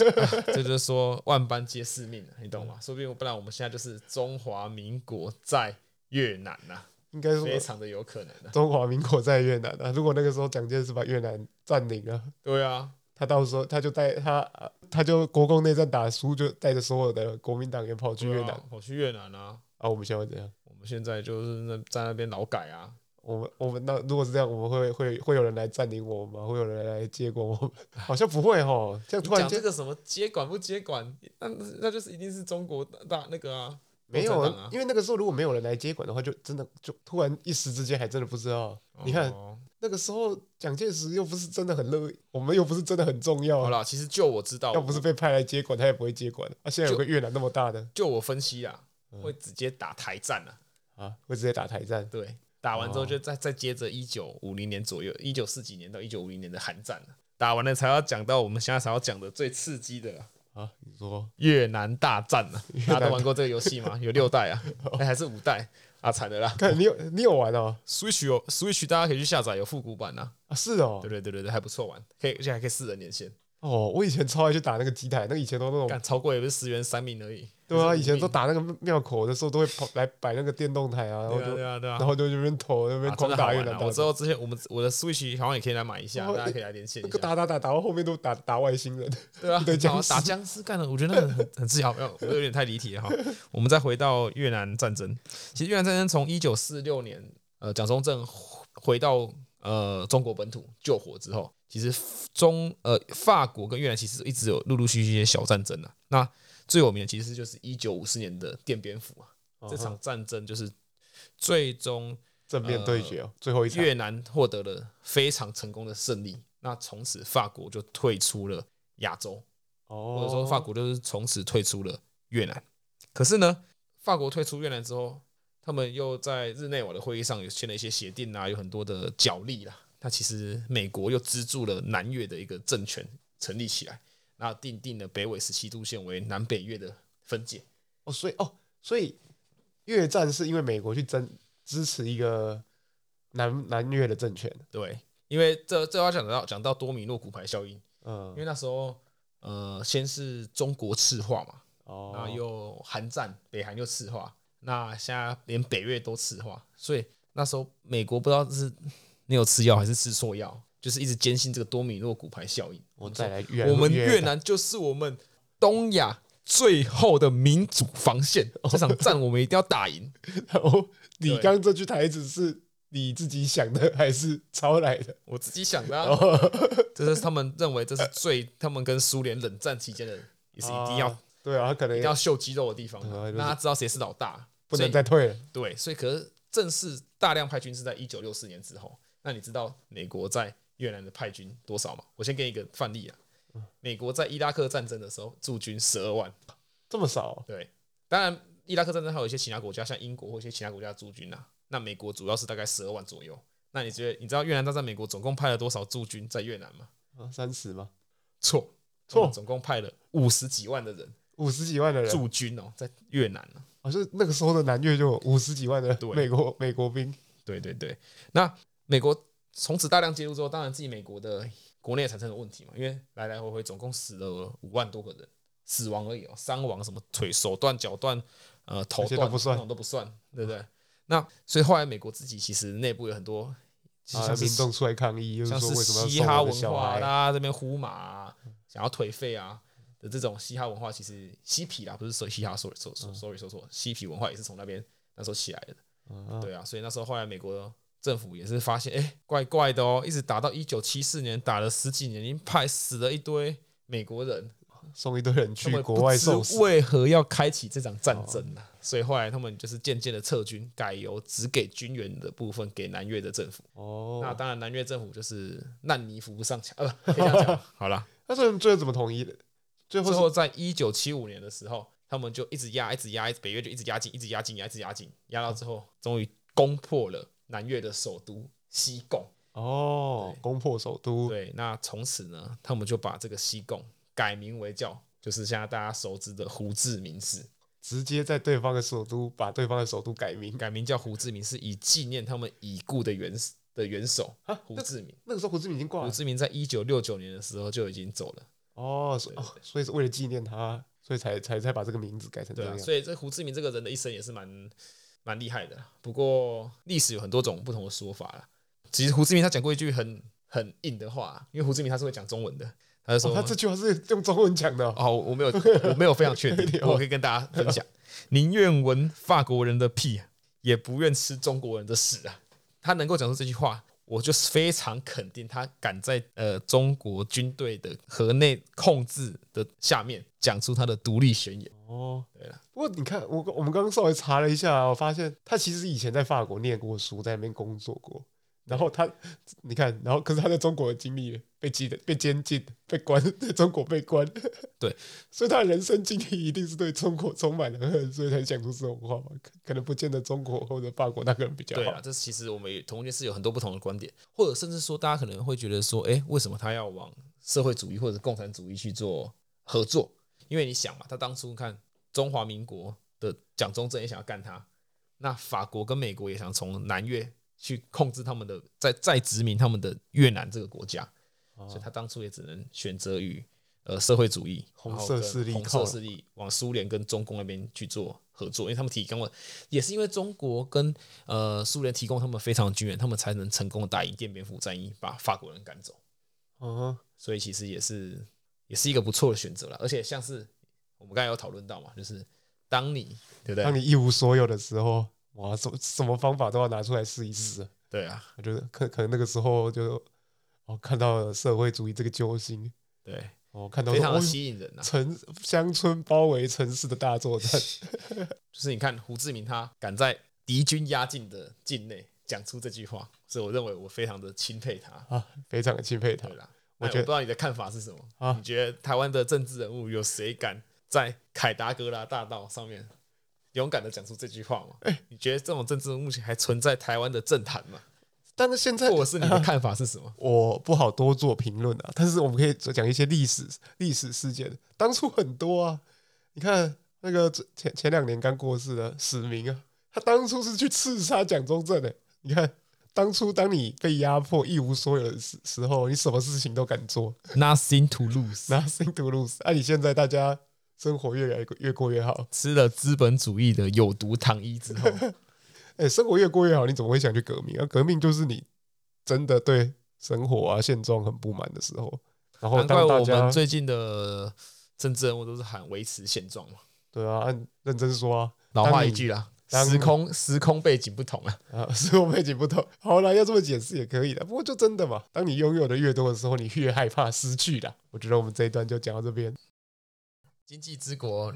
这就是说万般皆是命啊，你懂吗？说不定不然我们现在就是中华民国在越南呐、应该说非常的有可能啊的、中华民国在越南啊。如果那个时候蒋介石把越南占领了。对啊，他到时候他就带他，呃他就国共内战打输，就带着所有的国民党员跑去越南对啊，我去越南啊，啊！我们现在会怎样？我们现在就是那在那边劳改啊，我们我们那如果是这样，我们会会会有人来占领我们吗？会有人来接管我们？好像不会 <laughs> 哦。这样你突然讲这间个什么接管不接管，那那就是一定是中国大那个啊，没有共产党啊啊，，因为那个时候如果没有人来接管的话，就真的就突然一时之间还真的不知道。你看哦那个时候蒋介石又不是真的很乐意，我们又不是真的很重要好。啦，其实就我知道，要不是被派来接管，他也不会接管。啊，现在有个越南那么大的就我分析啊，会直接打台战啊。啊，会直接打台战。对，打完之后哦就再、再接着一九五零年左右，一九四几年到一九五零年的韩战了打完了才要讲到我们现在才要讲的最刺激的了啊，你说越南大战 <laughs> 了。越南大家都玩过这个游戏 <laughs> 吗？有六代啊，哎还是五代啊？惨了啦看你有你有玩哦？ ！Switch 有 Switch，大家可以去下载有复古版呐、啊。啊，是哦对，对对对对，还不错玩，可以而且还可以四人连线，哦，我以前超爱去打那个机台，那个以前都那种，干超过也不是十元三名而已。对啊，还是五以前都名打那个庙口的时候都会跑来摆那个电动台啊，然后对啊就对啊对啊然。后就这边投那边啊真狂的好打越玩南啊！大我知哥，道之前我们我的 Switch 好像也可以来买一下，哦大家可以来连线那一个下。打打打打到后面都打打外星人，对啊，对打僵尸打僵尸干了，我觉得那个很很自豪，没有，我有点太离题了哈。我们再回到越南战争，其实越南战争从一九四六年，呃，蒋中正回到呃中国本土救火之后，其实中呃法国跟越南其实一直有陆陆续续一些小战争啊。那最有名的其实就是一九五四年的奠边府啊，这哦场战争就是最终正面对决哦，最后一场啊越南获得了非常成功的胜利，那从此法国就退出了亚洲。哦，或者说法国就是从此退出了越南。可是呢，法国退出越南之后，他们又在日内瓦的会议上有签了一些协定啊，有很多的角力啦。那其实美国又资助了南越的一个政权成立起来，那定定了北纬十七度线为南北越的分界。哦，所以哦，所以越战是因为美国去争支持一个南南越的政权，对，因为这这要讲到讲到多米诺骨牌效应，嗯因，为那时候呃先是中国赤化嘛，那哦，又韩战，北韩又赤化，那现在连北越都赤化，所以那时候美国不知道是没有吃药还是吃错药，就是一直坚信这个多米诺骨牌效应。我再来越我们越越南就是我们东亚最后的民主防线，这场战我们一定要打赢。哦，你对刚这句台词是你自己想的还是抄来的？我自己想的、啊，哦，这是他们认为这是最他们跟苏联冷战期间的，也是一定要、啊 <laughs> 对啊，他可能一定要秀肌肉的地方对啊嘛。就是那他知道谁是老大，不所能以再退了。对，所以可是正式大量派军是在一九六四年之后。那你知道美国在越南的派军多少吗？我先给你一个范例啊。美国在伊拉克战争的时候驻军十二万，这么少对，当然伊拉克战争还有一些其他国家，像英国或一些其他国家驻军啊。那美国主要是大概十二万左右。那你觉得你知道越南大战美国总共派了多少驻军在越南吗？啊？三十吗？错他错啊们总共派了五十几万的人五十几万的人，驻军哦，在越南、啊、好像那个时候的南越就有五十几万的对美国美国兵。对对对，那美国从此大量介入之后，当然自己美国的国内也产生了问题嘛，因为来来回回总共死了五万多个人，死亡而已哦，伤亡什么腿、手断、脚断、呃头这些断都不算那种都不算，对不对？那所以后来美国自己其实内部有很多其实啊像民是众出来抗议，就是像说是为什么要嘻送哈我的文小化，孩大？家这边呼麻啊、想要颓废啊的这种嘻哈文化，其实嬉皮啦，不是说嘻哈，sorry sorry sorry 说错，嬉皮文化也是从那边那时候起来的。啊对啊，所以那时候后来美国政府也是发现，哎、怪怪的哦，一直打到一九七四年，打了十几年，已经派死了一堆美国人，送一堆人他去们国外送不死知，为何要开启这场战争呢、所以后来他们就是渐渐的撤军，改由只给军援的部分给南越的政府。那哦，当然，南越政府就是烂泥扶不上墙，呃， <laughs> 不可以这样讲好啦，那最后最后怎么统一的？最后最是后在一九七五年的时候，他们就一直压，一直压，一直北越就一直压紧，一直压紧，一直压紧，压到最后，终于攻破了南越的首都西贡。哦，攻破首都，对，那从此呢，他们就把这个西贡改名为叫，就是现在大家熟知的胡志明市，直接在对方的首都把对方的首都改名。改名叫胡志明市，以纪念他们已故的元的元首胡志明。那个时候胡志明已经挂胡了志明在一九六九年的时候就已经走了。哦，所哦所以是为了纪念他，所以才才才把这个名字改成这对啊，样。所以这胡志明这个人的一生也是蛮蛮厉害的啦。不过历史有很多种不同的说法啦。其实胡志明他讲过一句很很硬的话，因为胡志明他是会讲中文的，他就说、哦他这句话是用中文讲的哦，哦，我没有，我没有非常确定，我可以跟大家分享。宁愿闻法国人的屁，也不愿吃中国人的屎啊！他能够讲出这句话，我就是非常肯定他敢在呃中国军队的河内控制的下面讲出他的独立宣言。哦，对啊了。不过你看，我我们刚刚稍微查了一下，我发现他其实以前在法国念过书，在那边工作过。然后他，你看，然后可是他在中国的经历被记的、被监禁、被关，在中国被关。 <laughs> 对，所以他的人生经历一定是对中国充满了恨，所以才讲出这种话嘛。可可能不见得中国或者法国那个人比较对啊好，。这其实我们也同一件事有很多不同的观点，或者甚至说大家可能会觉得说，哎，为什么他要往社会主义或者共产主义去做合作？因为你想嘛，他当初看中华民国的蒋中正也想要干他，那法国跟美国也想从南越去控制他们的，再再殖民他们的越南这个国家，啊哦所以他当初也只能选择与呃社会主义红然后色跟势力红靠色拢势力往苏联跟中共那边去做合作，因为他们提供了，也是因为中国跟呃苏联提供他们非常军援，他们才能成功的打赢奠边府战役，把法国人赶走。嗯，所以其实也是也是一个不错的选择了。而且像是我们刚才有讨论到嘛，就是当你对不当对？你一无所有的时候，哇，什什么方法都要拿出来试一试。对啊，我觉得可可能那个时候就哦看到了社会主义这个救星，对，哦看到非说常的哦吸引人啊。城乡村包围城市的大作战，就是你看胡志明他敢在敌军压境的境内讲出这句话，所以我认为我非常的钦佩他。啊，非常的钦佩他对。啦，那我我觉得不知道你的看法是什么？啊你觉得台湾的政治人物有谁敢在凯达格拉大道上面勇敢的讲出这句话吗？哎你觉得这种政治人物目前还存在台湾的政坛吗？但是现在或者是你的看法是什么？我不好多做评论啊，但是我们可以讲一些历史历史事件，当初很多啊。你看那个前前两年刚过世的史明啊，他当初是去刺杀蒋中正的、你看，当初当你被压迫一无所有的时时候，你什么事情都敢做， Nothing to lose。 Nothing to lose。啊，你现在大家生活越来越越过越好，吃了资本主义的有毒糖衣之 <laughs> 后，哎、生活越过越好，你怎么会想去革命啊？革命就是你真的对生活啊现状很不满的时候，然后难怪当大我家们最近的政治人物都是喊维持现状嘛。对啊，按认真说啊，老话一句啦，当你时空时空背景不同啊。啊， <laughs> 生活背景不同，好啦，要这么解释也可以的。不过就真的嘛，当你拥有的越多的时候，你越害怕失去啦。我觉得我们这一段就讲到这边。经济之国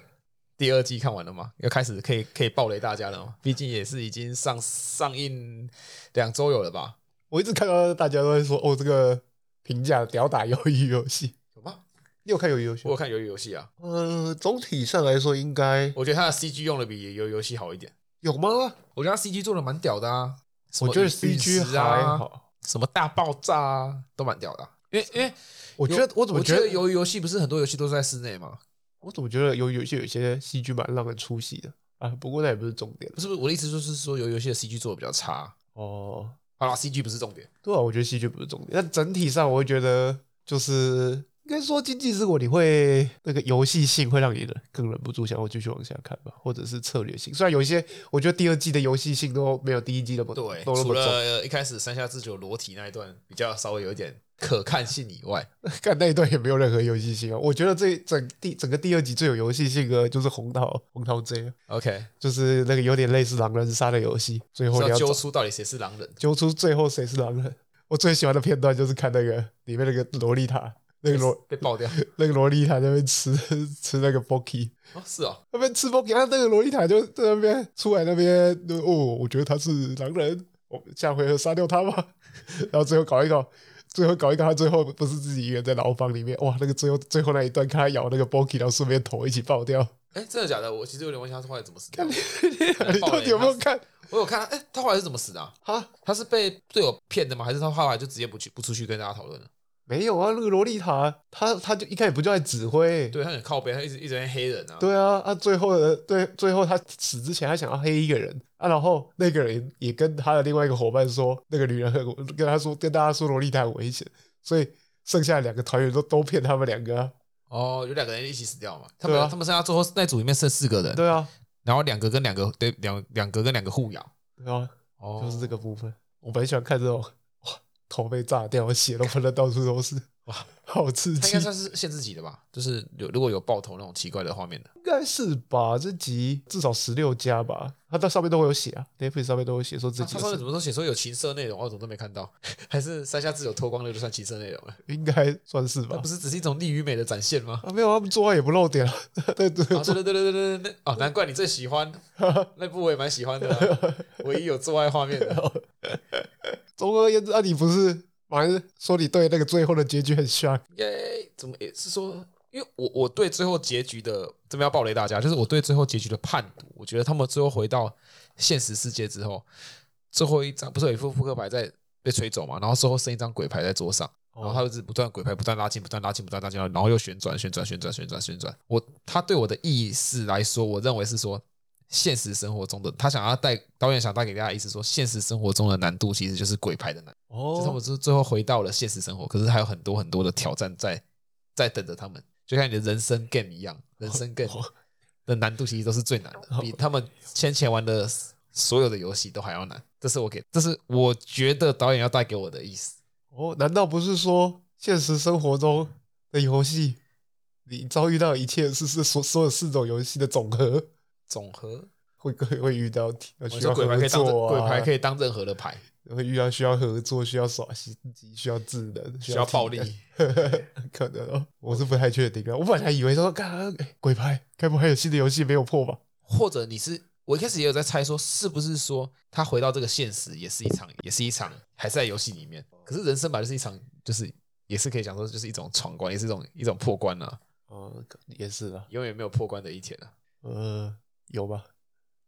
第二季看完了吗？要开始可以可以暴雷大家了吗？毕竟也是已经上上映两周有了吧？我一直看到大家都在说，哦，这个评价屌打鱿鱼游戏， <laughs> 有吗？你有看鱿鱼游戏我吗？有看《鱿鱼游戏》啊，呃，总体上来说应该我觉得它的 CG 用的比《鱿鱼游戏》好一点。有吗？我觉得它 CG 做的蛮屌的啊，什我么觉得陨 CG 石还啊，好。什么大爆炸啊，都蛮屌的啊、因为因为我觉得我怎么我觉得得《鱿鱼游戏》不是很多游戏都是在室内吗？我怎么觉得有有些有些戏剧蛮让人出戏的啊？不过那也不是重点不是不是我的意思就是说，鱿鱼游戏的 CG 做的比较差。哦。好啦 c g 不是重点。对啊，我觉得戏剧不是重点，但整体上我会觉得就是应该说经济之国，你会那个游戏性会让你忍更忍不住想要继续往下看吧，或者是策略性。虽然有一些，我觉得第二季的游戏性都没有第一季那么对，都那除么重。了一开始山下智久裸体那一段比较稍微有一点可看性以外， <laughs> 看那一段也没有任何游戏性啊。我觉得这整第整个第二集最有游戏性的就是红桃红桃 J，啊 OK，就是那个有点类似狼人杀的游戏，最后是要你要揪找出到底谁是 <laughs> 狼人。揪出最后谁是狼人。我最喜欢的片段就是看那个里面那个萝莉塔，那个萝被 <laughs> 爆掉那个萝莉塔在那边吃 <laughs> 吃那个 Boki，哦，是哦，那边吃包给他那个洛丽塔就在那边出来那边，哦，我觉得他是狼人，我下回合杀掉他吧。 <laughs> 然后最后搞一搞，最后搞一搞，他最后不是自己一个人在牢房里面，哇，那个最后最后那一段，看他咬那个 Boki，然后顺便头一起 <laughs> 爆掉。哎，真的假的？我其实有点忘记他后来怎么死的。你到底有没有看？我有看他，哎，他后来是怎么死的啊？啊，他是被队友骗的吗？还是他后来就直接不去不出去跟大家讨论了？没有啊，那个洛丽塔，他他就一开始不就在指挥？对他很靠背，他一直一直在黑人啊。对啊，啊，最后的对，最后他死之前，他想要黑一个人啊，然后那个人也跟他的另外一个伙伴说，那个女人很跟他说，跟大家说萝莉塔很危险，所以剩下两个团员都都骗他们两个、啊。哦，有两个人一起死掉嘛？他对们啊他们剩下最后那组里面剩四个人，对啊，然后两个跟两个对两两个跟两个互咬。对啊，哦，就是这个部分，我蛮喜欢看这种，哇，头被炸掉，血都喷的到处都是，哇，好刺他应激该，算是限制级的吧？就是有如果有爆头那种奇怪的画面的，应该是吧？这集至少十六加吧，他到上面都会有写啊，Netflix 上面都会写说这他集啊他有上面十怎么都写说有情色内容，我哦怎么都没看到？ <laughs> 还是山下智久脱光了就算情色内容了？应该算是那吧不。是只是一种力与美的展现 <laughs> 吗？啊，没有，他们做爱也不露点啊， <laughs> 对对啊，对对对对对对对，哦，难怪你最喜欢那部，我也蛮喜欢的啊、唯一有做爱画面的。总而言之，啊，你不是反正说你对那个最后的结局很 shock，耶，哎怎么也是说，因为我我对最后结局的这边要暴雷大家，就是我对最后结局的判读，我觉得他们最后回到现实世界之后，最后一张不是有一副扑克牌在被吹走嘛，然后最后剩一张鬼牌在桌上，然后他就是不断鬼牌不断拉近，不断拉近，不断拉近，然后又旋转旋转旋转旋转旋转。我他对我的意思来说，我认为是说。现实生活中的他想要带导演想带给大家的意思说，现实生活中的难度其实就是鬼牌的难度就是他哦们最最后回到了现实生活，可是还有很多很多的挑战在在等着他们，就像你的人生 game 一样，人生 game 哦的难度其实都是最难的，比他们先前玩的所有的游戏都还要难。这是我给，这是我觉得导演要带给我的意思。哦，难道不是说现实生活中的游戏，你遭遇到一切是是所所有四种游戏的总和，总和，会会会遇到要我需说要鬼牌可合以当任作鬼啊，牌可以当任何的牌，会遇到需要合作，需要耍心机，需要智能，需要体暴能力。 <laughs> 可能哦，我是不太确定啊。我本来以为说，看、哎鬼牌，该不会还有新的游戏没有破吧？或者你是我一开始也有在猜说，是不是说他回到这个现实也是一场，也是一场，还是在游戏里面？可是人生本来就是一场，就是也是可以讲说，就是一种闯关，也是一种一种破关啊，哦，也是啊，永远没有破关的一天啊，呃，有吧？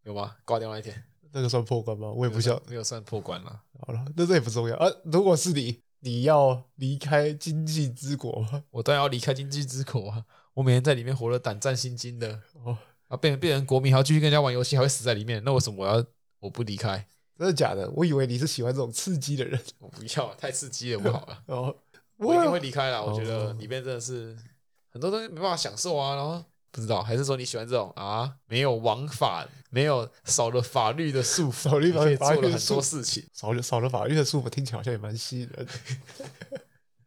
有吗？挂掉那一天，那个算破关吗？我也不晓没有算破关了。好了，那这也不重要啊。如果是你，你要离开经济之国吗？我当然要离开经济之国啊！我每天在里面活得胆战心惊的哦，啊，变成变成国民，还要继续跟人家玩游戏，还会死在里面，那为什么我要我不离开？真的假的？我以为你是喜欢这种刺激的人我不要，太刺激了，不好了。哦。我一定会哇离开啦。我觉得哦里面真的是很多东西没办法享受啊，然后不知道还是说你喜欢这种啊，没有王法，没有少了法律的束缚， <laughs> 少了你可以法做律的了很束多缚事情。少了少了法律的束缚，听起来好像也蛮吸引人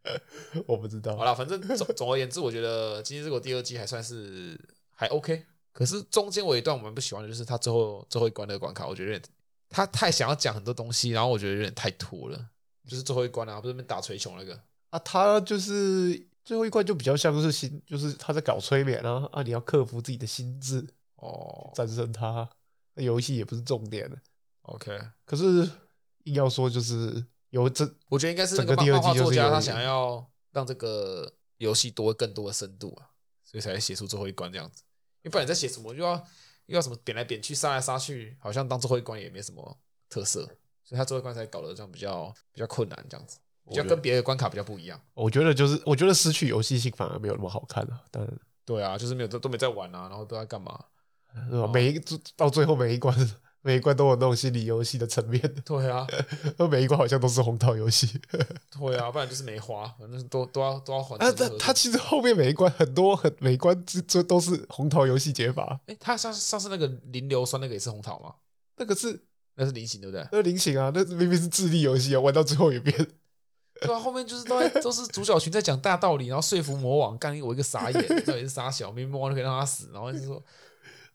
的。 <laughs> 我不知道好，啦，反正总总而言之，我觉得《今天这个第二季还算是还 OK。可是中间我有一段我蛮不喜欢的，就是他最后最后一关那个关卡，我觉得有点他太想要讲很多东西，然后我觉得有点太拖了。就是最后一关啊，不是那边打锤球那个，啊，他就是最后一关就比较像是心，就是他在搞催眠啊啊，你要克服自己的心智，哦战胜他。那游戏也不是重点， ，OK，可是硬要说就是有这我觉得应该是那整个漫第二漫季画就是作家有他一想要让这个游戏多更多的深度啊，所以才写出最后一关这样子。因为不然你在写什么又要又要什么扁来扁去、杀来杀去，好像当最后一关也没什么特色，所以他最后一关才搞得这样比较比较困难这样子，比较我觉得跟别的关卡比较不一样。我觉得就是，我觉得失去游戏性反而没有那么好看了、当然，对啊，就是没有都都没在玩啊，然后都在干嘛？是吧？每一个到最后每一关每一关都有那种心理游戏的层面，对啊，而每一关好像都是红桃游戏。对啊，不然就是没花，反正都都要都要还。啊，但他其实后面每一关很多很每一关这这都是红桃游戏解法，哎，他上上次那个磷硫酸那个也是红桃吗？那个是那是菱形对不对？那菱形啊，那明明是智力游戏啊，玩到最后一遍， <laughs> 对啊，后面就是都在都是主角群在讲大道理，然后说服魔王，干我一个傻眼，到底是傻小，明明魔王就可以让他死，然后就说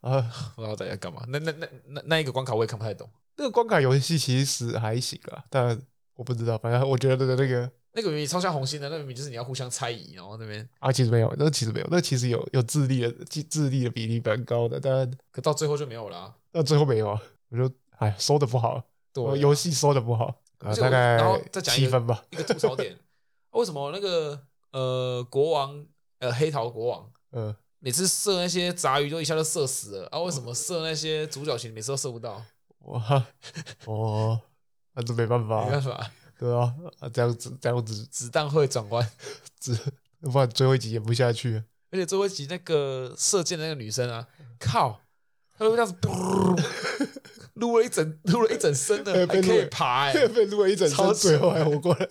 啊，不知道大家干嘛。那那那那那一个关卡我也看不太懂，那个关卡游戏其实还行啊，但我不知道，反正我觉得那个那个明明超像红心的，那个明明就是你要互相猜疑，然后那边啊，其实没有，那其实没有，那其实有有智力的智智力的比例蛮高的，但可到最后就没有了、啊。那最后没有啊，我就哎收的不好，对啊、我游戏收的不好啊，而且大我然后概再讲一七个分吧，一个吐槽点，啊为什么那个呃国王呃黑桃国王嗯，每次射那些杂鱼都一下就射死了啊？为什么射那些主角群每次都射不到？哇， <laughs> 哦，那这没办法没啊、办法，对啊，啊这样子这样子子弹会转弯。这不然最后一集演不下去了。而且最后一集那个射箭的那个女生啊，靠，她就这样子，撸了一整撸了一整身的，呃还被撸可以了爬、欸， <laughs> 被撸了一整超身，最后还活过来。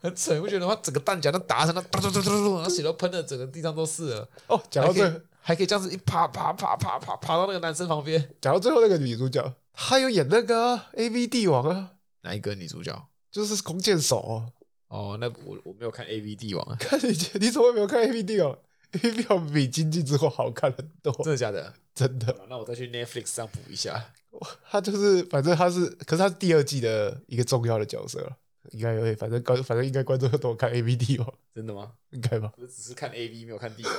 很扯，你不觉得吗？整个弹夹都打成那嘟嘟嘟嘟嘟，然后血都喷的，整个地上都是了。哦， <laughs> 讲还到可这以，还可以这样子一爬爬爬爬爬爬到那个男生旁边。讲到最后那个女主角，她有演那个啊、A V 帝王啊，哪一个女主角？就是弓箭手、哦。哦，那我我没有看 A V 帝王啊，看你你怎么没有看 A V 帝王？A V 帝王比经济之后好看很多，真的假的？真的。好那我再去 Netflix 上补一下。 <laughs> 她就是，反正她是，可是她是第二季的一个重要的角色了。应该有，反正观，反正应该观众都有看 A V 帝王，真的吗？应该吧？ <laughs> 我只是看 A V 没有看帝王。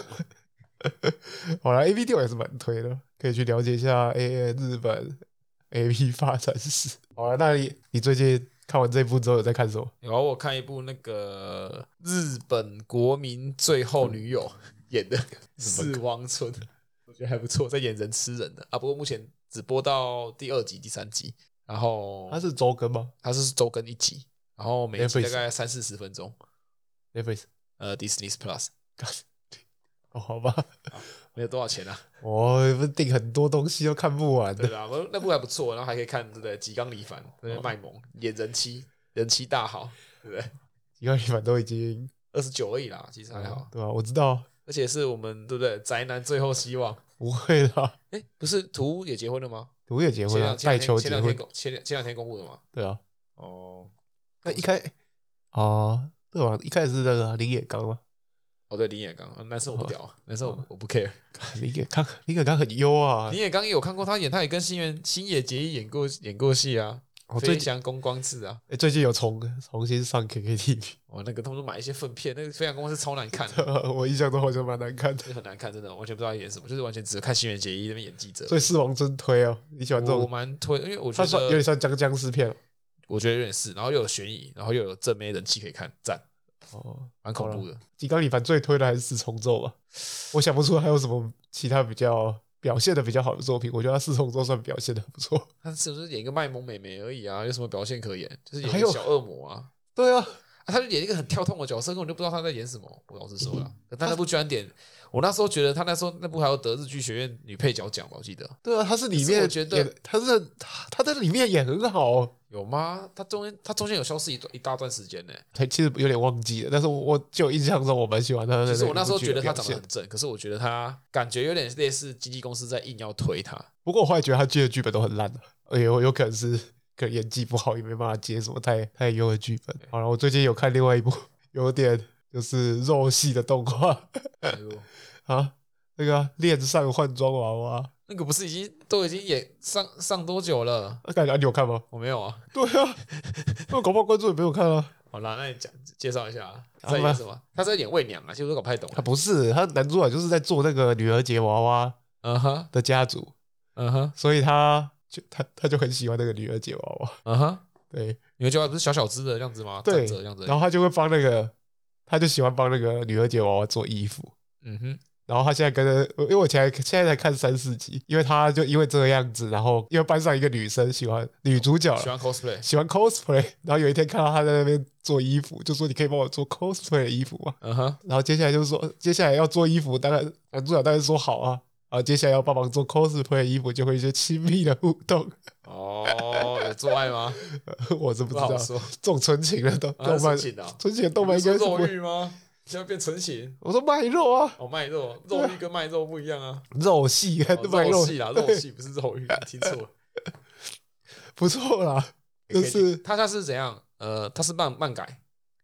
好啦 a V 帝王也是蛮推的，可以去了解一下 A 日本 A V 发展史。好了，那你你最近看完这部之后有在看什么？有啊，我看一部那个日本国民最后女友嗯演的《四汪村》，我觉得还不错，在演人吃人的啊。不过目前只播到第二集、第三集，然后啊它是周更吗它是周更一集，然后每一集 Netflix 大概三四十分钟。 ？Netflix？呃，Disney Plus 哦，好吧， <laughs> 没有多少钱啊？我不定很多东西都看不完对啊的。啦，我那部还不错，然后还可以看对不对？吉冈里帆那哦边卖萌，演人妻，人妻大好，对不对？一个反都已经二十九而已啦，其实还好，对吧、啊我知道，而且是我们对不对？宅男最后希望。不会啦。哎，不是图也结婚了吗？我也结前婚两了，前带两天球前结两天婚，公前两前两天公布的嘛。对啊。哦那一开啊、对吧、一开始是那个林野刚嘛，哦，对，林野刚，呃男生我不屌，男生我我不 care。 <laughs> 林野刚，林野刚很优哦啊。 <laughs> 林野刚也有看过他演，他也跟新垣星野结衣演过演过戏啊，我哦最飞近、翔公关制啊。诶最近有重重新上 KKTV，哦，那个他们都买一些粪片，那个飞翔公关是超难看的， <laughs> 我印象中好像蛮难看的。那很难看，真的完全不知道他演什么，就是完全只是看新垣结衣那边演记者。所以四王真推哦，你喜欢这我种？蛮推，因为我觉他算有点得像僵僵尸片了我觉得有点是，然后又有悬疑，然后又有正妹人气可以看，赞，哦。蛮恐怖的。金刚里凡最推的还是四重奏吧，我想不出还有什么其他比较表现的比较好的作品。我觉得他四重奏算表现的不错。他是不是演一个卖萌美眉而已啊？有什么表现可言？就是演还一个有小恶魔啊。对啊，啊他就演一个很跳痛的角色，根本就不知道他在演什么。我老实说嗯了，但那部居然点，我那时候觉得他那时候那部还有得日剧学院女配角奖吧，我记得对啊，他是里可是我面觉得演，他是他他在里面演很好，有吗？他中间他中间有消失一段一大段时间呢、他其实有点忘记了，但是我我就印象中我蛮喜欢他的。其实我那时候觉得他长得很，正，可是我觉得他感觉有点类似经纪公司在硬要推 <laughs> 他。不过我后来觉得他接的剧本都很烂的，也有有可能是可能演技不好，也没办法接什么太太优的剧本。好了，我最近有看另外一部有点就是肉系的动画。哎呦啊，那个啊恋上换装娃娃，那个不是已经都已经演上上多久了？啊感觉啊你有看 <laughs> 吗？我没有啊。对啊，那搞不好观众也没有看啊。好啦，那你讲介绍一下啊好吧在演什么？他在演媚娘啊，其实我都搞不太懂他。不是，他男主角就是在做那个女儿节娃娃嗯哼，的家族，嗯哼，所以他就他他就很喜欢那个女儿节娃娃，嗯哼，对你们就不是小小只的样子吗？对站着的样子而已。然后他就会帮那个，他就喜欢帮那个女儿节娃娃做衣服。嗯哼，然后他现在跟着，因为我前现在才看三四集，因为他就因为这个样子，然后因为班上一个女生喜欢女主角啦喜欢 cosplay，喜欢 cosplay，然后有一天看到他在那边做衣服，就说你可以帮我做 cosplay 的衣服吗？嗯哼，然后接下来就是说，接下来要做衣服，当然男主角当然说好啊，然后接下来要帮忙做 cosplay 的衣服，就会有一些亲密的互动， <laughs> 哦，有做爱吗？我是不不知好道，说。这种纯情的动啊动纯漫，情的哦纯情的动漫你应不该是是说不肉会。欲吗？现在变成型我说卖肉啊，哦，卖 <laughs> 肉，肉欲跟卖肉不一样啊，肉系 <laughs> 跟哦哎卖肉肉系啦，肉 <laughs> 系不是肉欲，听错了。不 <laughs> 错啦， <laughs> 就是他他是怎样？呃，他是漫漫改，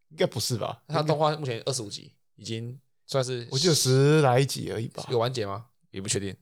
应该不是吧？他动画目前二十五集，已经算是我记得十来集而已吧，有完结吗？也不确定。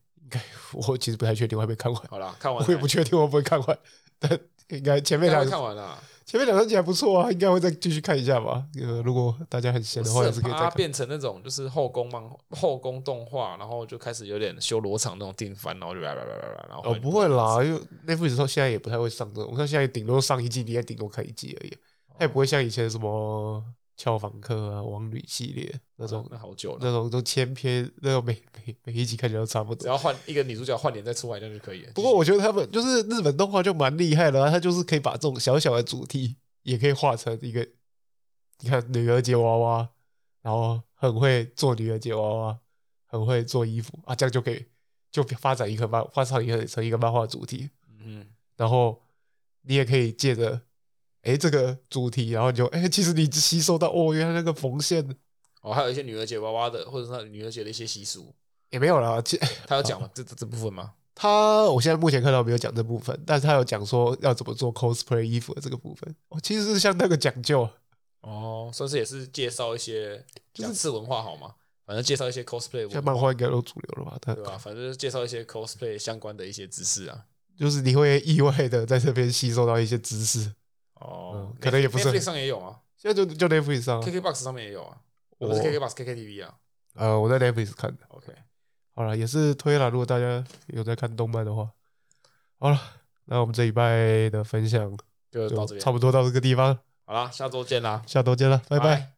我其实不太确定，我还没看完，好啦，看完我也不确确定我会不会看完， <laughs> 但应该前面定两看完了。前面两三集还不错啊，应该会再继续看一下吧。呃，如果大家很闲我的话，也是是可很以怕再它看。变成那种就是后宫漫后宫动画，然后就开始有点修罗场那种定番，然后就叭叭叭叭叭，然后哦，不会啦，因为 Netflix 说现在也不太会上这种，我看现在顶多上一季，你也顶多看一季而已，它也不会像以前什么俏房客啊、王女系列那种哦那好久了那，种都千篇，那个每每每一集看起来都差不只多。要换一个女主角换脸再出来，这样就可以了。不过我觉得他们就是日本动画就蛮厉害的、啊，他就是可以把这种小小的主题也可以画成一个，你看女儿节娃娃，然后很会做女儿节娃娃，很会做衣服啊，这样就可以就发展一个漫发展一个成一个漫画主题，嗯，然后你也可以借着哎这个主题，然后你就哎其实你吸收到哦，原来那个缝线哦，还有一些女儿节娃娃的，或者是女儿节的一些习俗，也没有啦，其他有讲吗？这这这部分吗？他我现在目前看到没有讲这部分，但是他有讲说要怎么做 cosplay 衣服的这个部分。哦，其实是像那个讲究，啊哦，算是也是介绍一些就是讲次文化好吗？反正介绍一些 cosplay 像文漫化，画应该都主流了吧？他对吧？反正就是介绍一些 cosplay 相关的一些知识啊。就是你会意外的在这边吸收到一些知识。哦嗯，可能也不是 Netflix 上也有啊现在就就 Netflix 上啊， ，KKBox 上面也有啊，我不是 KKBox，KKTV 啊。呃我在 Netflix 看的。 OK，好了，也是推了。如果大家有在看动漫的话，好了，那我们这礼拜的分享就到这就差边，不多到这个地方，好啦，下周见啦，下周见了，拜拜。拜